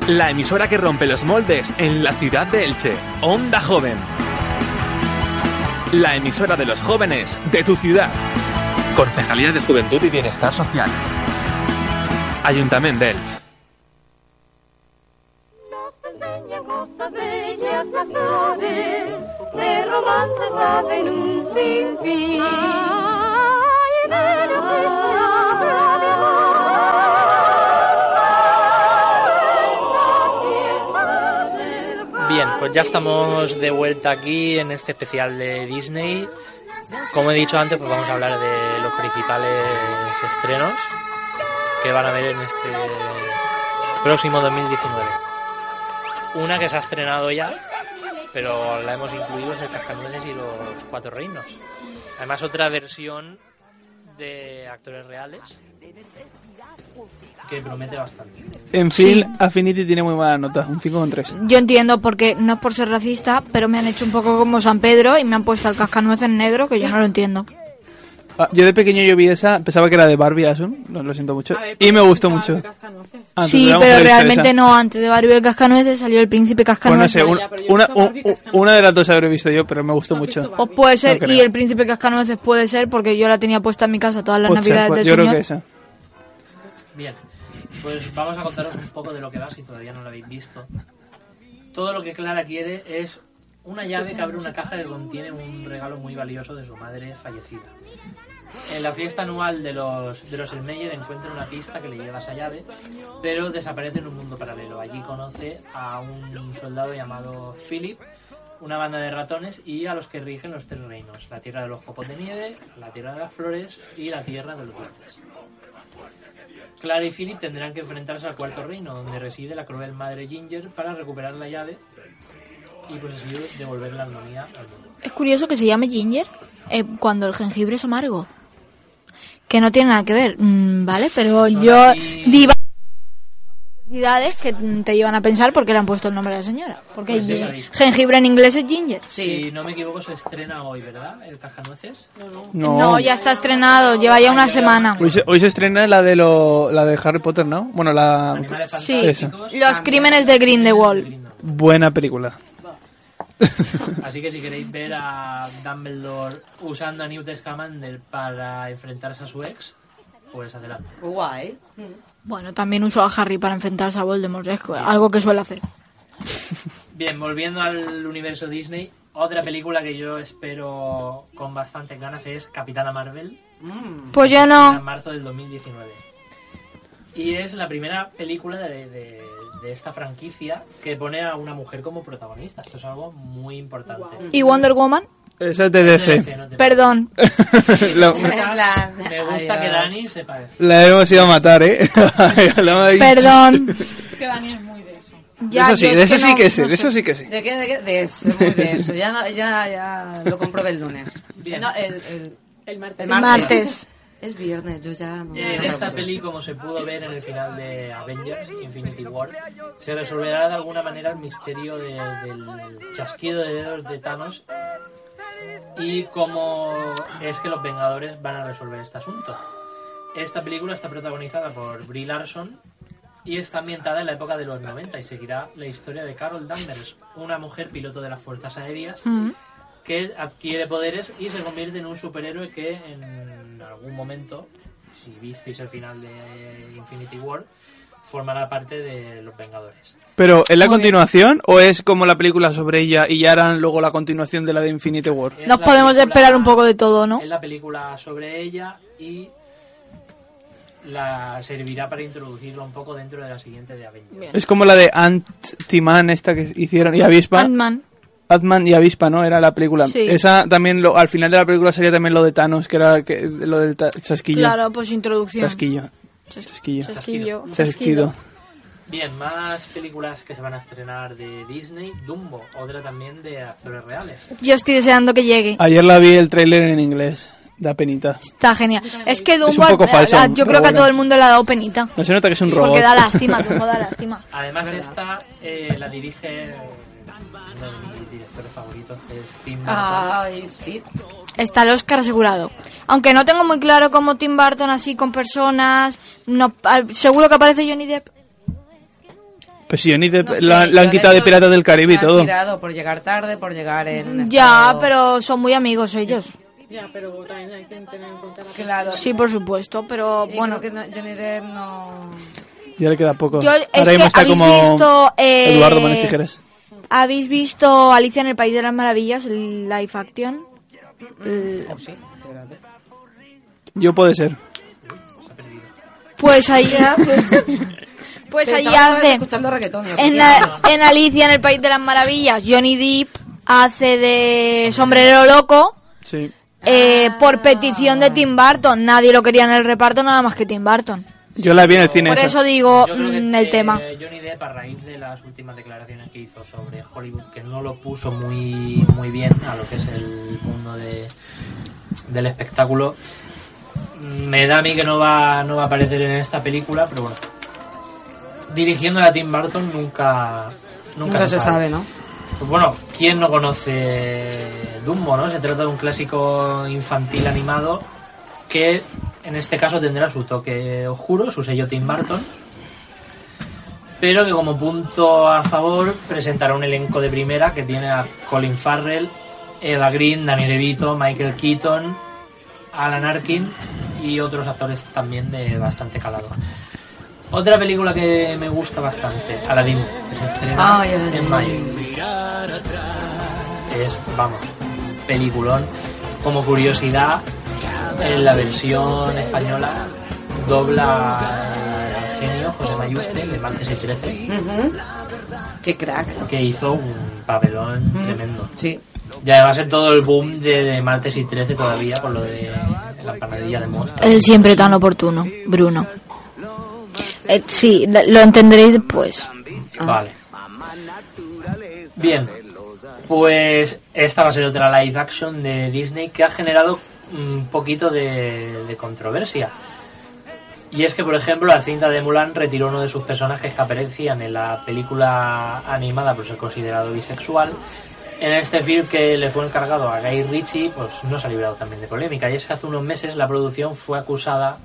Speaker 9: La emisora que rompe los moldes en la ciudad de Elche, Onda Joven. La emisora de los jóvenes de tu ciudad. Concejalía de Juventud y Bienestar Social. Ayuntamiento de Elche.
Speaker 1: Bien, pues ya estamos de vuelta aquí en este especial de Disney. Como he dicho antes, pues vamos a hablar de los principales estrenos que van a ver en este próximo 2019. Una que se ha estrenado ya, pero la hemos incluido es el Cascanueces y los Cuatro Reinos. Además, otra versión de actores reales que promete bastante.
Speaker 5: En fin, Affinity tiene muy mala nota, un 5,3.
Speaker 4: Yo entiendo porque no es por ser racista, pero me han hecho un poco como San Pedro y me han puesto el cascanueces negro que yo no lo entiendo.
Speaker 5: Ah, yo de pequeño yo vi esa, pensaba que era de Barbie Asun, lo, lo siento mucho,
Speaker 7: A ver, pues,
Speaker 5: y me
Speaker 10: pues,
Speaker 7: ¿cómo
Speaker 5: gustó
Speaker 7: está
Speaker 5: mucho.
Speaker 7: el cascanueces?
Speaker 5: Ah, entonces
Speaker 4: sí,
Speaker 5: era un
Speaker 4: pero
Speaker 5: poco
Speaker 4: realmente
Speaker 5: dispersa.
Speaker 4: no. Antes de Barbie el cascanueces salió el príncipe
Speaker 5: Pues no
Speaker 4: cascanueces.
Speaker 5: sé, un-
Speaker 7: Ya, pero yo he
Speaker 5: una,
Speaker 7: visto Barbie
Speaker 5: un-
Speaker 7: cascanueces.
Speaker 5: una de las dos habré visto yo, pero me gustó
Speaker 7: ¿Has visto
Speaker 5: mucho.
Speaker 7: Barbie?
Speaker 4: O Pues puede ser,
Speaker 5: No creo.
Speaker 4: y el príncipe cascanueces puede ser, porque yo la tenía puesta en mi casa todas las
Speaker 5: Puede ser,
Speaker 4: navidades
Speaker 5: pues,
Speaker 4: del
Speaker 5: yo creo
Speaker 4: señor.
Speaker 5: que esa.
Speaker 1: Bien, pues vamos a contaros un poco de lo que va si todavía no lo habéis visto. Todo lo que Clara quiere es una llave que abre una caja que contiene un regalo muy valioso de su madre fallecida. En la fiesta anual de los, de los Elmeyer encuentra una pista que le lleva esa llave, pero desaparece en un mundo paralelo. Allí conoce a un soldado llamado Philip, una banda de ratones y a los que rigen los tres reinos, la tierra de los copos de nieve, la tierra de las flores y la tierra de los dulces. Clara y Philip tendrán que enfrentarse al cuarto reino, donde reside la cruel madre Ginger, para recuperar la llave y pues así devolver la armonía al mundo.
Speaker 4: Es curioso que se llame ginger eh, cuando el jengibre es amargo. Que no tiene nada que ver, mm, ¿vale? Pero
Speaker 1: Son
Speaker 4: yo
Speaker 1: aquí-
Speaker 4: diva curiosidades que mm, te llevan a pensar porque le han puesto el nombre a la señora. Porque
Speaker 1: Pues sí,
Speaker 4: gi-
Speaker 1: sabéis.
Speaker 4: jengibre en inglés es ginger.
Speaker 1: Si no me equivoco, se estrena hoy, ¿verdad? El Cajanueces.
Speaker 5: No,
Speaker 4: No, ya está estrenado, lleva ya una semana.
Speaker 5: Hoy, se, hoy se estrena la de, lo, la de Harry Potter, ¿no? Bueno, la
Speaker 1: Animales
Speaker 4: Sí,
Speaker 1: fantásticos.
Speaker 4: los crímenes de Grindelwald.
Speaker 1: Grindelwald.
Speaker 5: buena película.
Speaker 1: Así que si queréis ver a Dumbledore usando a Newt Scamander para enfrentarse a su ex, pues adelante.
Speaker 6: Guay.
Speaker 4: Bueno, también usó a Harry para enfrentarse a Voldemort, es algo que suele hacer.
Speaker 1: Bien, volviendo al universo Disney, otra película que yo espero con bastantes ganas es Capitana Marvel.
Speaker 4: Pues yo
Speaker 1: en
Speaker 4: no.
Speaker 1: marzo del 2019. Y es la primera película de, de- de esta franquicia que pone a una mujer como protagonista. Esto es algo muy importante.
Speaker 4: ¿Y Wonder Woman?
Speaker 5: Esa es de [LAUGHS] DC.
Speaker 1: No te-
Speaker 4: Perdón.
Speaker 5: Lo-
Speaker 6: En plan,
Speaker 1: Me gusta
Speaker 6: adiós.
Speaker 1: que Dani se parezca.
Speaker 5: la hemos ido a matar, ¿eh? [LAUGHS] La hemos dicho.
Speaker 4: Perdón.
Speaker 7: Es que Dani es muy de eso.
Speaker 5: De
Speaker 4: Ya,
Speaker 5: eso sí,
Speaker 4: yo es
Speaker 5: de eso sí
Speaker 4: no-
Speaker 5: que sí,
Speaker 4: no
Speaker 5: de eso
Speaker 4: sé.
Speaker 5: sí que sí.
Speaker 6: ¿De qué? ¿De qué? De eso,
Speaker 5: [LAUGHS]
Speaker 6: muy de eso. Ya, no- ya, ya lo comprobé el lunes.
Speaker 1: Bien.
Speaker 6: No, el, el-
Speaker 7: El martes.
Speaker 4: El
Speaker 6: el martes.
Speaker 4: martes.
Speaker 6: Es viernes, yo ya no.
Speaker 1: En Eh, esta peli, como se pudo ver en el final de Avengers Infinity War, se resolverá de alguna manera el misterio de- del chasquido de dedos de Thanos y cómo es que los Vengadores van a resolver este asunto. Esta película está protagonizada por Brie Larson y está ambientada en la época de los 90 y seguirá la historia de Carol Danvers, una mujer piloto de las Fuerzas Aéreas que adquiere poderes y se convierte en un superhéroe que en algún momento, si visteis el final de Infinity War, formará parte de los Vengadores.
Speaker 5: Pero, ¿es la continuación o es como la película sobre ella y ya harán luego la continuación de la de Infinity War?
Speaker 1: Es
Speaker 4: Nos
Speaker 1: la
Speaker 4: podemos
Speaker 1: película-
Speaker 4: esperar un poco de todo, ¿no?
Speaker 1: Es la película sobre ella y la servirá para introducirla un poco dentro de la siguiente de Avengers.
Speaker 5: Es como la de Ant-Man esta que hicieron y Avispa.
Speaker 4: Ant-Man.
Speaker 5: Ant-Man y Avispa, ¿no? Era la película.
Speaker 4: Sí.
Speaker 5: Esa también, lo, al final de la película sería también lo de Thanos, que era que- lo del ta- chasquillo.
Speaker 4: Claro, pues introducción.
Speaker 5: Chasquillo.
Speaker 4: Chas-
Speaker 5: Chasquillo.
Speaker 4: Chasquillo.
Speaker 5: Chasquido.
Speaker 1: Bien, más películas que se van a estrenar de Disney. Dumbo, otra también de actores reales.
Speaker 4: Yo estoy deseando que llegue.
Speaker 5: Ayer la vi el tráiler en inglés. Da penita.
Speaker 4: Está genial. Es que Dumbo,
Speaker 5: Es un poco
Speaker 4: a- a-
Speaker 5: falso,
Speaker 4: yo
Speaker 5: pero
Speaker 4: creo que a
Speaker 5: bueno.
Speaker 4: todo el mundo le ha dado penita.
Speaker 5: No se nota que es un robot.
Speaker 4: Porque da
Speaker 5: [LAUGHS]
Speaker 4: lástima, Dumbo da lástima.
Speaker 1: Además, esta eh, la dirige uno de mis directores favoritos, que es Tim Burton.
Speaker 6: Ay, sí.
Speaker 4: Está el Oscar asegurado. Aunque no tengo muy claro cómo Tim Burton así con personas. No, al- seguro que aparece Johnny Depp.
Speaker 5: Pues si yo ni de-
Speaker 6: No sé,
Speaker 5: la, la han
Speaker 6: yo
Speaker 5: quitado de
Speaker 6: hecho
Speaker 5: Piratas del Caribe y
Speaker 6: me han
Speaker 5: todo.
Speaker 6: tirado por llegar tarde, por llegar en. un
Speaker 4: Ya,
Speaker 6: estado-
Speaker 4: pero son muy amigos ellos.
Speaker 7: Ya, pero también hay que tener en cuenta la
Speaker 6: Claro.
Speaker 4: Sí, por supuesto, pero
Speaker 6: Y
Speaker 4: bueno.
Speaker 6: creo que no, Johnny Depp no.
Speaker 5: Ya le queda poco.
Speaker 4: Yo- es
Speaker 5: Ahora mismo
Speaker 4: que
Speaker 5: está
Speaker 4: habéis
Speaker 5: como
Speaker 4: visto, eh,
Speaker 5: Eduardo Manos Tijeras.
Speaker 4: ¿Habéis visto Alicia en el País de las Maravillas, el live action? El-
Speaker 6: Sí, espérate.
Speaker 5: Yo puede ser.
Speaker 4: Pues
Speaker 6: [LAUGHS]
Speaker 4: ahí pues ahí
Speaker 6: Pensaba que estabas
Speaker 4: hace
Speaker 6: Escuchando reggaetón. y yo,
Speaker 4: en,
Speaker 6: ya.
Speaker 4: la- en Alicia en el País de las Maravillas, Johnny Depp hace de sombrero loco
Speaker 5: Sí.
Speaker 4: Ah. eh, por petición de Tim Burton. Nadie lo quería en el reparto nada más que Tim Burton.
Speaker 5: Yo la vi en el cine.
Speaker 4: Por
Speaker 5: esa.
Speaker 4: eso digo
Speaker 1: Yo creo que,
Speaker 4: mm, el
Speaker 1: eh,
Speaker 4: tema.
Speaker 1: Johnny Depp, a raíz de las últimas declaraciones que hizo sobre Hollywood, que no lo puso muy, muy bien a lo que es el mundo de, del espectáculo, me da a mí que no va, no va a aparecer en esta película, pero bueno. Dirigiendo a Tim Burton nunca, nunca,
Speaker 6: Nunca se sabe, ¿no?
Speaker 1: Pues bueno, ¿quién no conoce Dumbo, no? Se trata de un clásico infantil animado que en este caso tendrá su toque oscuro, su sello Tim Burton, pero que como punto a favor presentará un elenco de primera que tiene a Colin Farrell, Eva Green, Danny DeVito, Michael Keaton, Alan Arkin y otros actores también de bastante calado. Otra película que me gusta bastante, Aladdin, que se estrena
Speaker 6: Ay, Aladdin.
Speaker 1: en mayo. Es, vamos, peliculón. Como curiosidad, en la versión española dobla al genio José Mayuste de Martes y 13,
Speaker 6: Ujú. Qué crack.
Speaker 1: que hizo un papelón tremendo.
Speaker 6: Sí.
Speaker 1: Y además en todo el boom de, de Martes y 13 todavía por lo de la panadilla de Mostra.
Speaker 4: Él siempre tan oportuno, Bruno. Eh, sí, la- lo entenderéis después.
Speaker 1: Ah. Vale. Bien, pues esta va a ser otra live action de Disney que ha generado un poquito de, de controversia. Y es que, por ejemplo, la cinta de Mulan retiró uno de sus personajes que aparecían en la película animada por ser considerado bisexual. En este film que le fue encargado a Guy Ritchie, pues no se ha librado también de polémica. Y es que hace unos meses la producción fue acusada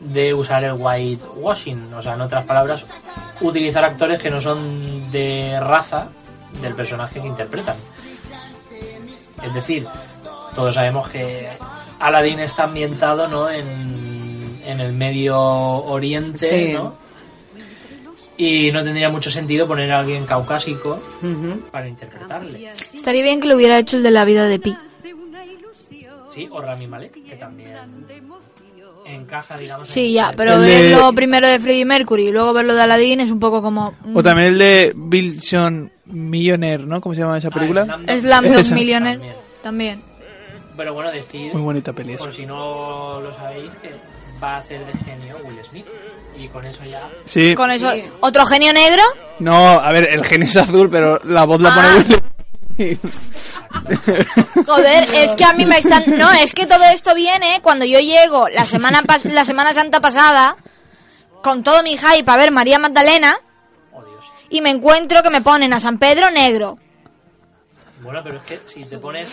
Speaker 1: de usar el whitewashing, o sea, en otras palabras, utilizar actores que no son de raza del personaje que interpretan. Es decir, todos sabemos que Aladdin está ambientado ¿no? en, en el Medio Oriente,
Speaker 6: Sí.
Speaker 1: ¿no? Y no tendría mucho sentido poner a alguien caucásico
Speaker 6: Ujú.
Speaker 1: para interpretarle.
Speaker 4: Estaría bien que lo hubiera hecho el de la vida de Pi.
Speaker 1: Sí, o Rami Malek, que también encaja, digamos.
Speaker 4: Sí,
Speaker 1: en-
Speaker 4: ya, pero
Speaker 5: El de-
Speaker 4: verlo primero de Freddie Mercury y luego verlo de Aladdin es un poco como... mm,
Speaker 5: O también el de Bill John Millionaire, ¿no? ¿Cómo se llama esa
Speaker 1: Ah,
Speaker 5: película?
Speaker 1: Slam Dunk.
Speaker 4: Slam Dunk
Speaker 5: Esa.
Speaker 4: Millionaire también.
Speaker 1: Pero bueno, decir,
Speaker 5: Muy bonita peli esa.
Speaker 1: por si no lo sabéis, que va a hacer de genio Will Smith. Y con eso ya.
Speaker 5: Sí.
Speaker 4: Con eso, ¿otro genio negro?
Speaker 5: No, a ver, el genio es azul, pero la voz la
Speaker 4: Ah.
Speaker 5: pone Will
Speaker 4: Joder, es que a mí me están... No, es que todo esto viene cuando yo llego la
Speaker 1: [LAUGHS]
Speaker 4: semana, pas- la semana santa pasada con todo mi hype a ver María Magdalena
Speaker 1: Oh Dios.
Speaker 4: y me encuentro que me ponen a San Pedro negro.
Speaker 1: Bueno, pero es que si te pones.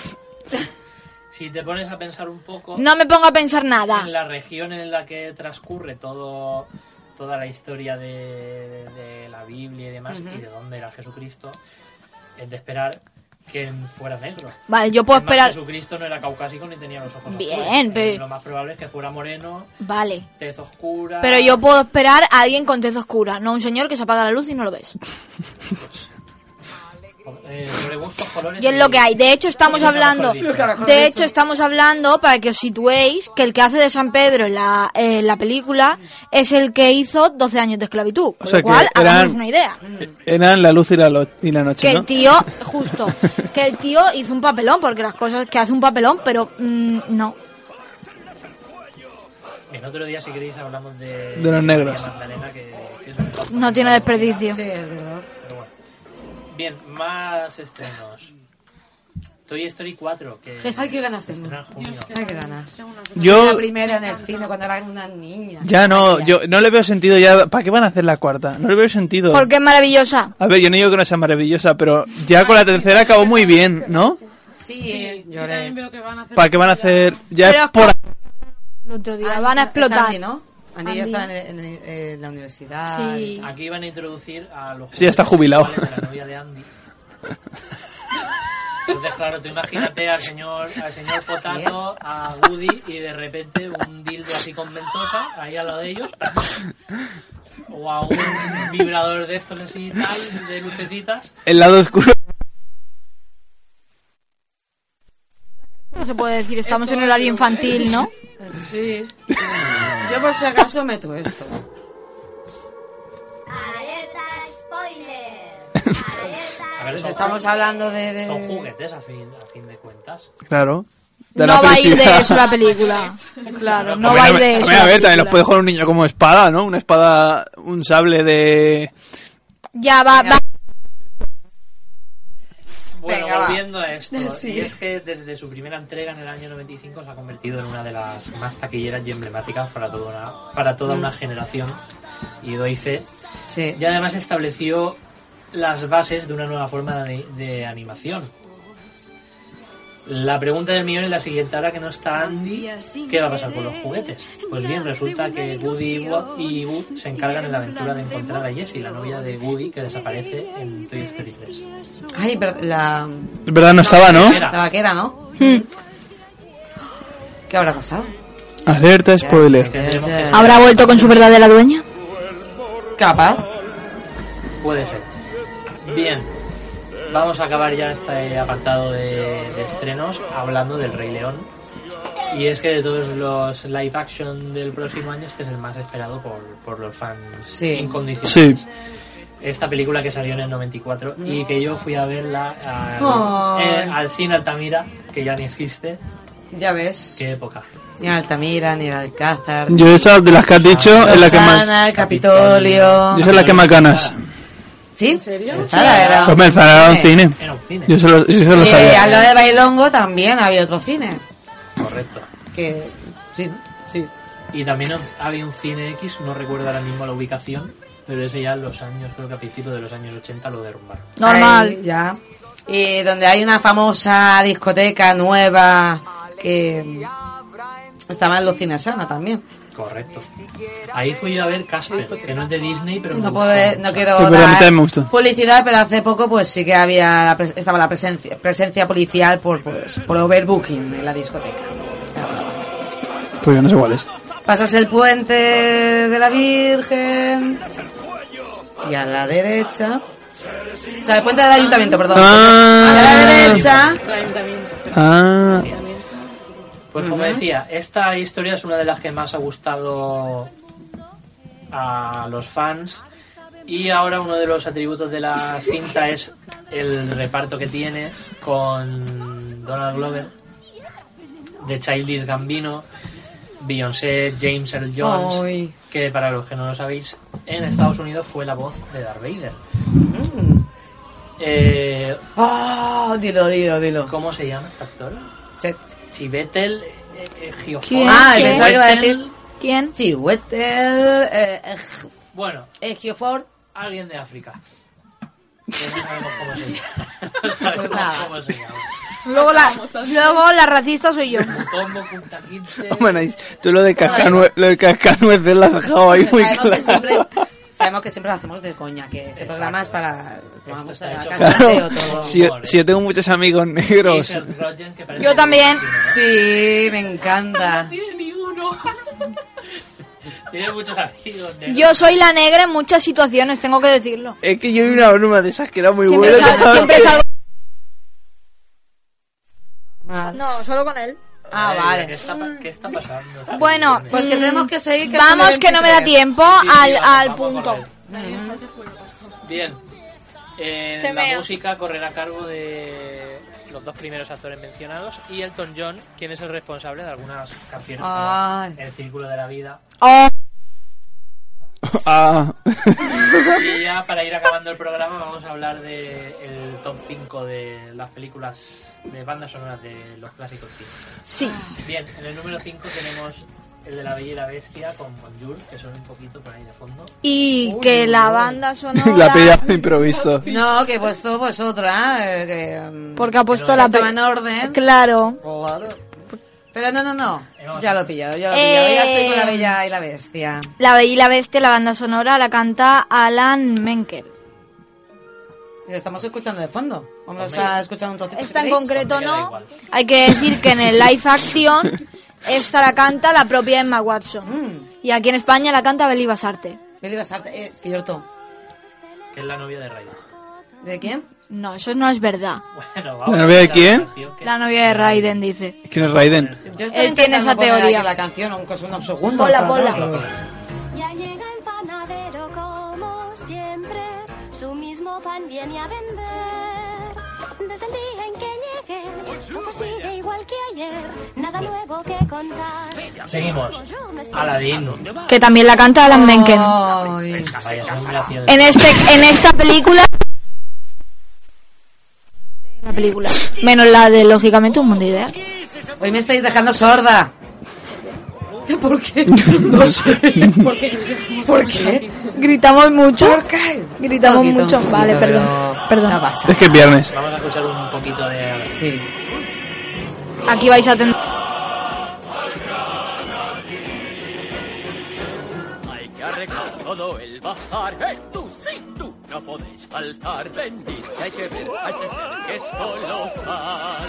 Speaker 1: Si te pones a pensar un poco
Speaker 4: No me pongo a pensar nada.
Speaker 1: en la región en la que transcurre todo toda la historia de, de la Biblia y demás, y de dónde era Jesucristo, es de esperar que fuera negro.
Speaker 4: Vale, yo puedo
Speaker 1: Además,
Speaker 4: esperar...
Speaker 1: Jesucristo no era caucásico ni tenía los ojos
Speaker 4: Bien,
Speaker 1: azules. Eh,
Speaker 4: pero-
Speaker 1: Lo más probable es que fuera moreno,
Speaker 4: Vale.
Speaker 1: tez oscura.
Speaker 4: Pero yo puedo esperar a alguien con tez oscura, no a un señor que se apaga la luz y no lo ves.
Speaker 1: Eh, sobre gustos, colores.
Speaker 4: Y es lo que hay. De hecho,
Speaker 1: Lo
Speaker 4: estamos
Speaker 1: que
Speaker 4: hablando.
Speaker 1: mejor dicho. Lo
Speaker 4: De hecho, estamos hablando, para que os situéis, que el que hace de San Pedro en la, en la película es el que hizo 12 años de esclavitud. Con
Speaker 5: sea
Speaker 4: lo
Speaker 5: que
Speaker 4: cual,
Speaker 5: eran-
Speaker 4: hagamos una idea.
Speaker 5: Smith. Eran la luz y la, lo- y la
Speaker 4: Que
Speaker 5: noche,
Speaker 4: el
Speaker 5: ¿no?
Speaker 4: tío, justo, que el tío hizo un papelón, porque las cosas que hace un papelón, pero mm, no.
Speaker 1: Bien, otro día, si queréis, hablamos de.
Speaker 5: De los negros.
Speaker 1: de Magdalena, que- que es un top.
Speaker 4: No tiene desperdicio.
Speaker 6: Sí, es verdad.
Speaker 1: Pero bueno. Bien, más estrenos. Toy Story 4,
Speaker 4: [LAUGHS]
Speaker 1: que.
Speaker 6: Ay, qué ganas tengo.
Speaker 1: estrena en junio.
Speaker 6: Ay, qué ganas. La
Speaker 5: Yo
Speaker 6: primera en el cine cuando era una niña.
Speaker 5: ya no, yo no le veo sentido ya. ¿Para qué van a hacer la cuarta? No le veo sentido.
Speaker 4: Porque es maravillosa.
Speaker 5: A ver, yo no digo que no sea maravillosa, pero ya con la tercera acabó muy bien, ¿no?
Speaker 6: Sí,
Speaker 7: Sí,
Speaker 6: eh,
Speaker 7: yo
Speaker 6: lloré.
Speaker 7: también veo que van a hacer.
Speaker 5: ¿Para qué van a hacer? Ya
Speaker 4: Pero
Speaker 5: es
Speaker 4: es
Speaker 5: por.
Speaker 4: El otro día
Speaker 6: Andy,
Speaker 4: van a
Speaker 6: es
Speaker 4: explotar.
Speaker 6: Andy, ¿no? Andy, ya
Speaker 4: Andy.
Speaker 6: está en, en- en la universidad.
Speaker 4: Sí.
Speaker 1: Aquí van a introducir a los.
Speaker 5: Sí, ya está jubilado.
Speaker 1: homosexuales De la novia de Andy. Entonces, claro, tú imagínate al señor, al señor Potato, a Woody y de repente un dildo así con ventosa ahí al lado de ellos. O a un vibrador de estos así tal, de lucecitas.
Speaker 5: El lado oscuro.
Speaker 4: No se puede decir, estamos en horario infantil, ¿no?
Speaker 6: Sí. [LAUGHS] Yo por si acaso meto esto.
Speaker 1: A ver,
Speaker 6: Pues
Speaker 1: son-
Speaker 6: estamos hablando de... de-
Speaker 1: Son juguetes a fin, a fin de cuentas.
Speaker 5: Claro. de
Speaker 4: no
Speaker 5: la
Speaker 4: va a ir de
Speaker 5: felicidad.
Speaker 4: eso la película. [LAUGHS] Claro, no
Speaker 5: Hombre,
Speaker 4: va a ir
Speaker 5: ver,
Speaker 4: de eso.
Speaker 5: ver,
Speaker 4: la
Speaker 5: a ver, también los
Speaker 4: película.
Speaker 5: puede jugar un niño como espada, ¿no? Una espada, un sable de...
Speaker 4: Ya va, va.
Speaker 1: Bueno,
Speaker 6: Venga, va.
Speaker 1: volviendo a esto, y es que desde su primera entrega en el año 95 se ha convertido en una de las más taquilleras y emblemáticas para toda una, para toda una generación, y doy fe.
Speaker 6: Sí.
Speaker 1: Y además estableció las bases de una nueva forma de, de animación. La pregunta del millón es la siguiente, ahora que no está Andy, ¿qué va a pasar con los juguetes? Pues bien, resulta que Woody y Wo- y Wood se encargan en la aventura de encontrar a Jessie, la novia de Woody que desaparece en Toy Story 3.
Speaker 6: Ay, pero la,
Speaker 5: Es verdad, no estaba, ¿no?
Speaker 1: Era.
Speaker 6: la vaquera, ¿no?
Speaker 4: Hmm.
Speaker 6: ¿Qué habrá pasado?
Speaker 5: Alerta, spoiler.
Speaker 1: Tendremos que-
Speaker 4: ¿Habrá vuelto con su verdadera dueña?
Speaker 6: Capaz.
Speaker 1: Puede ser. Bien, vamos a acabar ya este apartado de, de estrenos hablando del Rey León. Y es que de todos los live action del próximo año, este es el más esperado por, por los fans
Speaker 6: Sí.
Speaker 5: Sí.
Speaker 1: incondicionales. Esta película que salió en el 94 y que yo fui a verla al,
Speaker 6: Oh.
Speaker 1: eh, al cine Altamira, que ya ni existe.
Speaker 6: Ya ves.
Speaker 1: Qué época.
Speaker 6: Ni Altamira, ni Alcázar.
Speaker 5: Yo esa de las que has dicho es la que más...
Speaker 6: Rosana, Capitolio.
Speaker 5: Yo esa es la que más ganas.
Speaker 6: ¿Sí? ¿En
Speaker 7: serio?
Speaker 6: era.
Speaker 5: Pues me enfadaron cine.
Speaker 1: Era un cine,
Speaker 5: Yo se lo, yo se lo
Speaker 6: Eh,
Speaker 5: sabía.
Speaker 6: al lado de Bailongo también había otro cine.
Speaker 1: correcto.
Speaker 6: Que. Sí, sí.
Speaker 1: Y también había un Cine X, no recuerdo ahora mismo la ubicación, pero ese ya en los años, creo que a principios de los años 80 lo derrumbaron.
Speaker 4: Normal.
Speaker 6: Ahí, ya. Y donde hay una famosa discoteca nueva que estaban los cines Sana también.
Speaker 1: Correcto. Ahí fui yo a ver Casper, que no es de Disney, pero me
Speaker 6: No,
Speaker 1: gustó
Speaker 6: puedo, no
Speaker 1: mucho.
Speaker 6: quiero
Speaker 5: Sí, pero a mí
Speaker 6: dar
Speaker 5: también me gustó.
Speaker 6: publicidad, pero hace poco pues sí que había la pres- estaba la presencia presencia policial por pues, por overbooking en la discoteca.
Speaker 5: Pues yo no sé cuál es.
Speaker 6: Pasas el puente de la Virgen y a la derecha, o sea el puente del ayuntamiento, perdón.
Speaker 5: Ah.
Speaker 6: a la derecha,
Speaker 5: Ah,
Speaker 1: Pues como decía, esta historia es una de las que más ha gustado a los fans. Y ahora uno de los atributos de la cinta es el reparto que tiene con Donald Glover, de Childish Gambino, Beyoncé, James Earl Jones,
Speaker 6: Ay.
Speaker 1: que para los que no lo sabéis, en Estados Unidos fue la voz de Darth Vader. Eh,
Speaker 6: oh, dilo, dilo, dilo.
Speaker 1: ¿Cómo se llama este actor?
Speaker 6: Se-
Speaker 1: Chivetel eh, eh, Giofone.
Speaker 4: ¿Quién?
Speaker 6: Ah,
Speaker 4: ¿Quién?
Speaker 6: pensaba que iba a decir
Speaker 4: ¿Quién?
Speaker 6: Chihuetel, eh, Ej-
Speaker 1: Bueno,
Speaker 6: Ejiofort.
Speaker 1: alguien de África. Que No sabemos cómo se
Speaker 6: [LAUGHS]
Speaker 1: llama. No sabemos
Speaker 6: Pues nada.
Speaker 1: cómo se llama.
Speaker 4: Luego la, luego la racista soy yo.
Speaker 1: Combo, punta 15.
Speaker 5: [LAUGHS] hombre, nice. tú lo de cascanue- lo de cascanueces lo has dejado ahí muy
Speaker 6: sabemos, que
Speaker 5: claro.
Speaker 6: siempre, sabemos que siempre lo hacemos de coña, que este programa es para tomamos
Speaker 1: está
Speaker 6: a
Speaker 1: hecho
Speaker 5: Claro,
Speaker 6: cachondeo todo.
Speaker 5: si, yo- si yo tengo muchos amigos negros.
Speaker 1: Hazel Rodgen, que parece
Speaker 4: Yo
Speaker 1: que-
Speaker 4: también.
Speaker 6: Sí, me encanta.
Speaker 1: [LAUGHS] Tiene muchos amigos. negros.
Speaker 4: Yo soy la negra en muchas situaciones, tengo que decirlo.
Speaker 5: Es que yo vi una broma de esas que era muy
Speaker 4: Siempre,
Speaker 5: buena.
Speaker 4: salgo, siempre salgo-
Speaker 6: Mal.
Speaker 4: No, solo con él.
Speaker 6: Ah,
Speaker 1: Madre mía, ¿Qué
Speaker 6: vale.
Speaker 1: está, pa- qué está ¿eh? pasando?
Speaker 4: Bueno,
Speaker 6: Pues que tenemos que seguir. Que
Speaker 4: Vamos,
Speaker 6: son
Speaker 4: que no me da
Speaker 6: 23.
Speaker 4: tiempo
Speaker 1: Sí,
Speaker 4: Ah,
Speaker 1: vamos,
Speaker 4: al, al
Speaker 1: vamos a
Speaker 4: punto.
Speaker 1: correr. Bien. Eh,
Speaker 4: Se
Speaker 1: la
Speaker 4: mea.
Speaker 1: música correrá a cargo de los dos primeros actores mencionados y Elton John, quien es el responsable de algunas canciones. como
Speaker 6: Ay.
Speaker 1: El Círculo de la Vida.
Speaker 4: Oh,
Speaker 5: Ah,
Speaker 1: Y ya para ir acabando el programa vamos a hablar del el top 5 de las películas de bandas sonoras de los clásicos cines.
Speaker 4: sí.
Speaker 1: Bien, en el número 5 tenemos el de La Bella y la Bestia con Bonjour, que son un poquito por ahí de fondo.
Speaker 4: Y que la
Speaker 1: [LAUGHS]
Speaker 4: banda sonora.
Speaker 5: la pilla de improviso.
Speaker 6: No, que he puesto pues otra. eh, que, mm,
Speaker 4: Porque ha puesto la.
Speaker 6: estaba en
Speaker 1: ¿eh?
Speaker 6: orden.
Speaker 4: Claro.
Speaker 6: Pero no, no, no. Ya lo he pillado, ya lo he
Speaker 4: Eh.
Speaker 6: pillado. Ya estoy con la bella y la bestia.
Speaker 4: La Bella y la Bestia, la banda sonora, la canta Alan Menken.
Speaker 6: Lo estamos escuchando de fondo. Vamos a escuchar un trocito. si
Speaker 4: Esta en
Speaker 6: queréis.
Speaker 4: concreto
Speaker 1: Hombre, ya da
Speaker 4: no.
Speaker 1: igual.
Speaker 4: Hay que decir que en el live action, esta la canta la propia Emma Watson.
Speaker 6: Mm,
Speaker 4: Y aquí en España la canta Beli Basarte.
Speaker 6: Billy Basarte, eh, cierto.
Speaker 1: Que es la novia de Ray.
Speaker 6: ¿De quién?
Speaker 4: No, eso no es verdad.
Speaker 1: [LAUGHS] Bueno, vamos
Speaker 5: ¿La
Speaker 1: a
Speaker 5: novia de
Speaker 1: escuchar
Speaker 5: quién?
Speaker 1: la canción que-
Speaker 4: La novia de Raiden dice.
Speaker 5: ¿Quién es Raiden?
Speaker 6: Yo estaba
Speaker 4: Él Eh, tiene esa
Speaker 6: intentando poner
Speaker 4: teoría.
Speaker 6: aquí La canción, aunque son unos segundos.
Speaker 4: Ponla,
Speaker 6: pero
Speaker 4: ponla.
Speaker 6: no.
Speaker 11: Ya llega el panadero como siempre, su mismo pan viene a vender. Desde el día en que llegue, todo pues sigue igual que ayer. poco que contar.
Speaker 1: Seguimos. Aladdin.
Speaker 4: Que también la canta Alan Menken.
Speaker 1: Vaya, son muy graciosos.
Speaker 4: En, este, en esta película... La película. Menos la de, lógicamente, un mundo ideal.
Speaker 6: Hoy me estáis dejando sorda. [LAUGHS]
Speaker 4: [LAUGHS]
Speaker 6: ¿Por qué? No sé.
Speaker 7: ¿Por qué?
Speaker 6: ¿Por qué?
Speaker 4: Gritamos mucho.
Speaker 6: ¿Por qué?
Speaker 4: Gritamos
Speaker 6: Un poquito,
Speaker 4: mucho.
Speaker 6: un
Speaker 4: Vale,
Speaker 6: poquito,
Speaker 4: perdón.
Speaker 6: pero Ya
Speaker 4: Perdón.
Speaker 6: pasa.
Speaker 5: Es que es viernes.
Speaker 1: Vamos a escuchar un poquito de Aladdin.
Speaker 6: Sí.
Speaker 4: Aquí vais a tener...
Speaker 12: Hay que arreglar todo el bazar. ¡Eh, tú sí, tú! No podéis faltar. Vendid, que hay que ver, hay que ver que es colosal.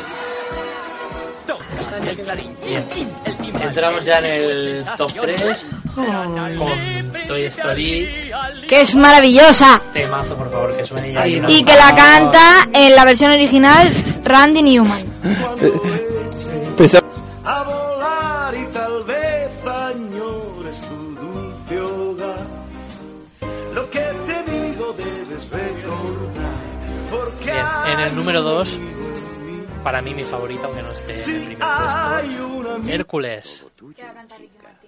Speaker 12: Toca el clarín,
Speaker 1: Bien.
Speaker 12: el timbal,
Speaker 1: Entramos ya en el top 3 con Toy Story.
Speaker 4: Que es maravillosa.
Speaker 1: Temazo, por favor, que suene ya.
Speaker 6: Sí, no.
Speaker 4: Y que la canta en la versión original Randy Newman.
Speaker 5: Pensaba-
Speaker 8: a volar y tal vez añores tu dulce hogar. Lo que te digo debes recordar, porque
Speaker 1: Bien, en el número 2, para mí mi favorita, aunque no esté en el primer
Speaker 8: hay una
Speaker 1: puesto, Hércules.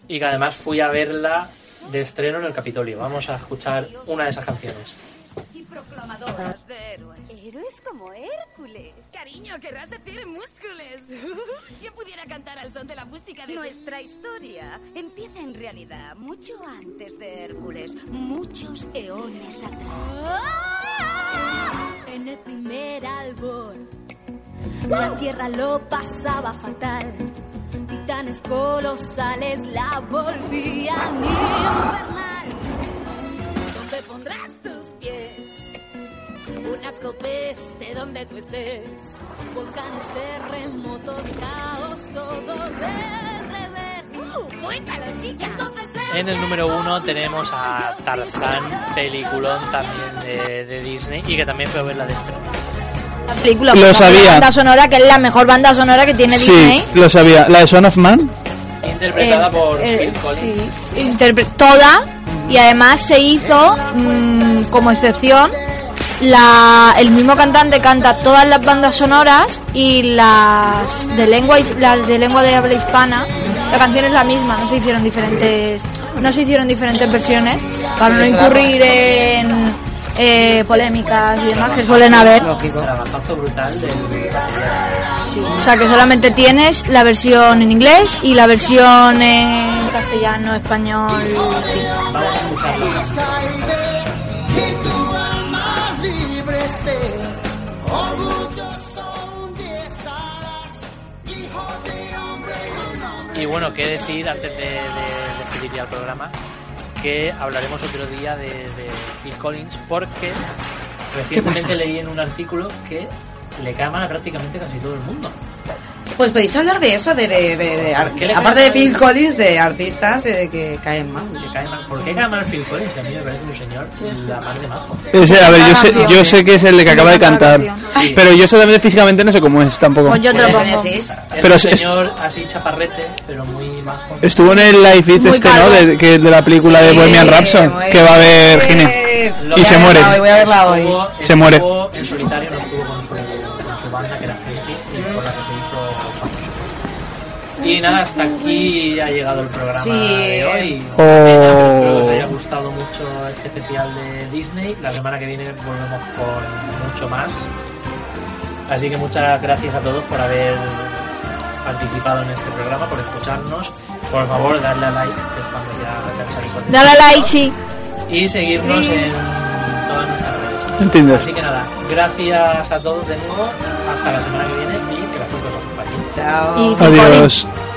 Speaker 1: Y que además fui a verla de estreno en el Capitolio. Vamos a escuchar una de esas canciones.
Speaker 11: Héroes como Hércules.
Speaker 10: Cariño, querrás decir múscules. [LAUGHS] ¿Quién pudiera cantar al son de la música de
Speaker 11: Nuestra historia empieza en realidad mucho antes de Hércules, muchos eones atrás. En el primer albor, la tierra lo pasaba fatal. Titanes colosales la volvían infernal.
Speaker 10: dónde pondrás tus pies? Unas copes de donde tú estés.
Speaker 11: Volcanes, terremotos, caos, todo del revés. ¡Cuéntalo, chica!
Speaker 1: En el número 1 tenemos a Tarzán, peliculón también de, de Disney, y que también fue a verla de estreno.
Speaker 4: La película.
Speaker 5: Lo
Speaker 4: la
Speaker 5: sabía.
Speaker 4: Banda sonora, que es la mejor banda sonora que tiene
Speaker 5: Sí,
Speaker 4: Disney.
Speaker 5: lo sabía. La de Son of Man.
Speaker 1: Interpretada
Speaker 4: Eh,
Speaker 1: por
Speaker 4: eh,
Speaker 1: Phil Collins.
Speaker 4: sí. Interpre- toda y además se hizo mm, como excepción la, el mismo cantante canta todas las bandas sonoras y las de lengua his- las de lengua de habla hispana la canción es la misma no se hicieron diferentes no se hicieron diferentes versiones para no incurrir en eh, polémicas y demás que suelen haber
Speaker 6: Lógico.
Speaker 1: Trabajazo brutal del.
Speaker 4: o sea que solamente tienes la versión en inglés y la versión en castellano español sí.
Speaker 1: Vamos a escucharlo. Y bueno, qué decir antes de, de, de despedir ya el programa, que hablaremos otro día de, de Phil Collins, porque
Speaker 6: pasa?
Speaker 1: recientemente leí en un artículo que le cae mal a prácticamente casi todo el mundo.
Speaker 6: Pues podéis hablar de eso, de, de, de, de ar-
Speaker 1: ¿Qué le
Speaker 6: aparte de
Speaker 1: parece?
Speaker 6: Phil Collins, de artistas eh, que caen mal.
Speaker 1: Que cae mal- ¿Por qué cae mal Phil Collins? A mí me parece un señor la mar de majo.
Speaker 5: Ese, a ver, yo sé, yo sé que es el de que acaba de cantar.
Speaker 1: Sí.
Speaker 5: Pero yo sé también físicamente no sé cómo es tampoco.
Speaker 4: Pues yo te lo
Speaker 6: ¿Qué
Speaker 4: pongo.
Speaker 6: decís?
Speaker 1: Es
Speaker 5: Pero
Speaker 1: un
Speaker 5: es- es-
Speaker 1: señor así chaparrete, pero muy majo.
Speaker 5: Estuvo en el Live It
Speaker 4: Muy
Speaker 5: este,
Speaker 4: calvo.
Speaker 5: ¿no? De, que, de la película de
Speaker 6: Sí,
Speaker 5: Bohemian Rhapsody,
Speaker 6: muy
Speaker 5: que va a ver
Speaker 6: bien.
Speaker 5: Gine.
Speaker 1: Lo
Speaker 5: Y
Speaker 1: que
Speaker 5: se
Speaker 1: ha
Speaker 6: Voy a
Speaker 5: muere.
Speaker 6: verla hoy, Voy a verla hoy.
Speaker 1: Estuvo-
Speaker 5: Se muere.
Speaker 1: estuvo En solitario no estuvo con su, con su banda, que era Frenchy, y con la que se hizo famoso. Y nada, hasta aquí ha llegado el programa
Speaker 6: Sí.
Speaker 1: de hoy.
Speaker 5: Oh.
Speaker 1: Espero que os haya gustado mucho este especial de Disney. La semana que viene volvemos con mucho más. Así que muchas gracias a todos por haber participado en este programa, por escucharnos. Por favor, darle a like, que estamos ya cansados.
Speaker 4: Dale a like, sí.
Speaker 1: Y seguirnos en todas nuestras redes.
Speaker 5: En Tinder.
Speaker 1: Así que nada, gracias a todos de nuevo. Hasta la semana que viene y que las frutas os acompañen.
Speaker 6: Chao.
Speaker 4: Y-
Speaker 5: Adiós.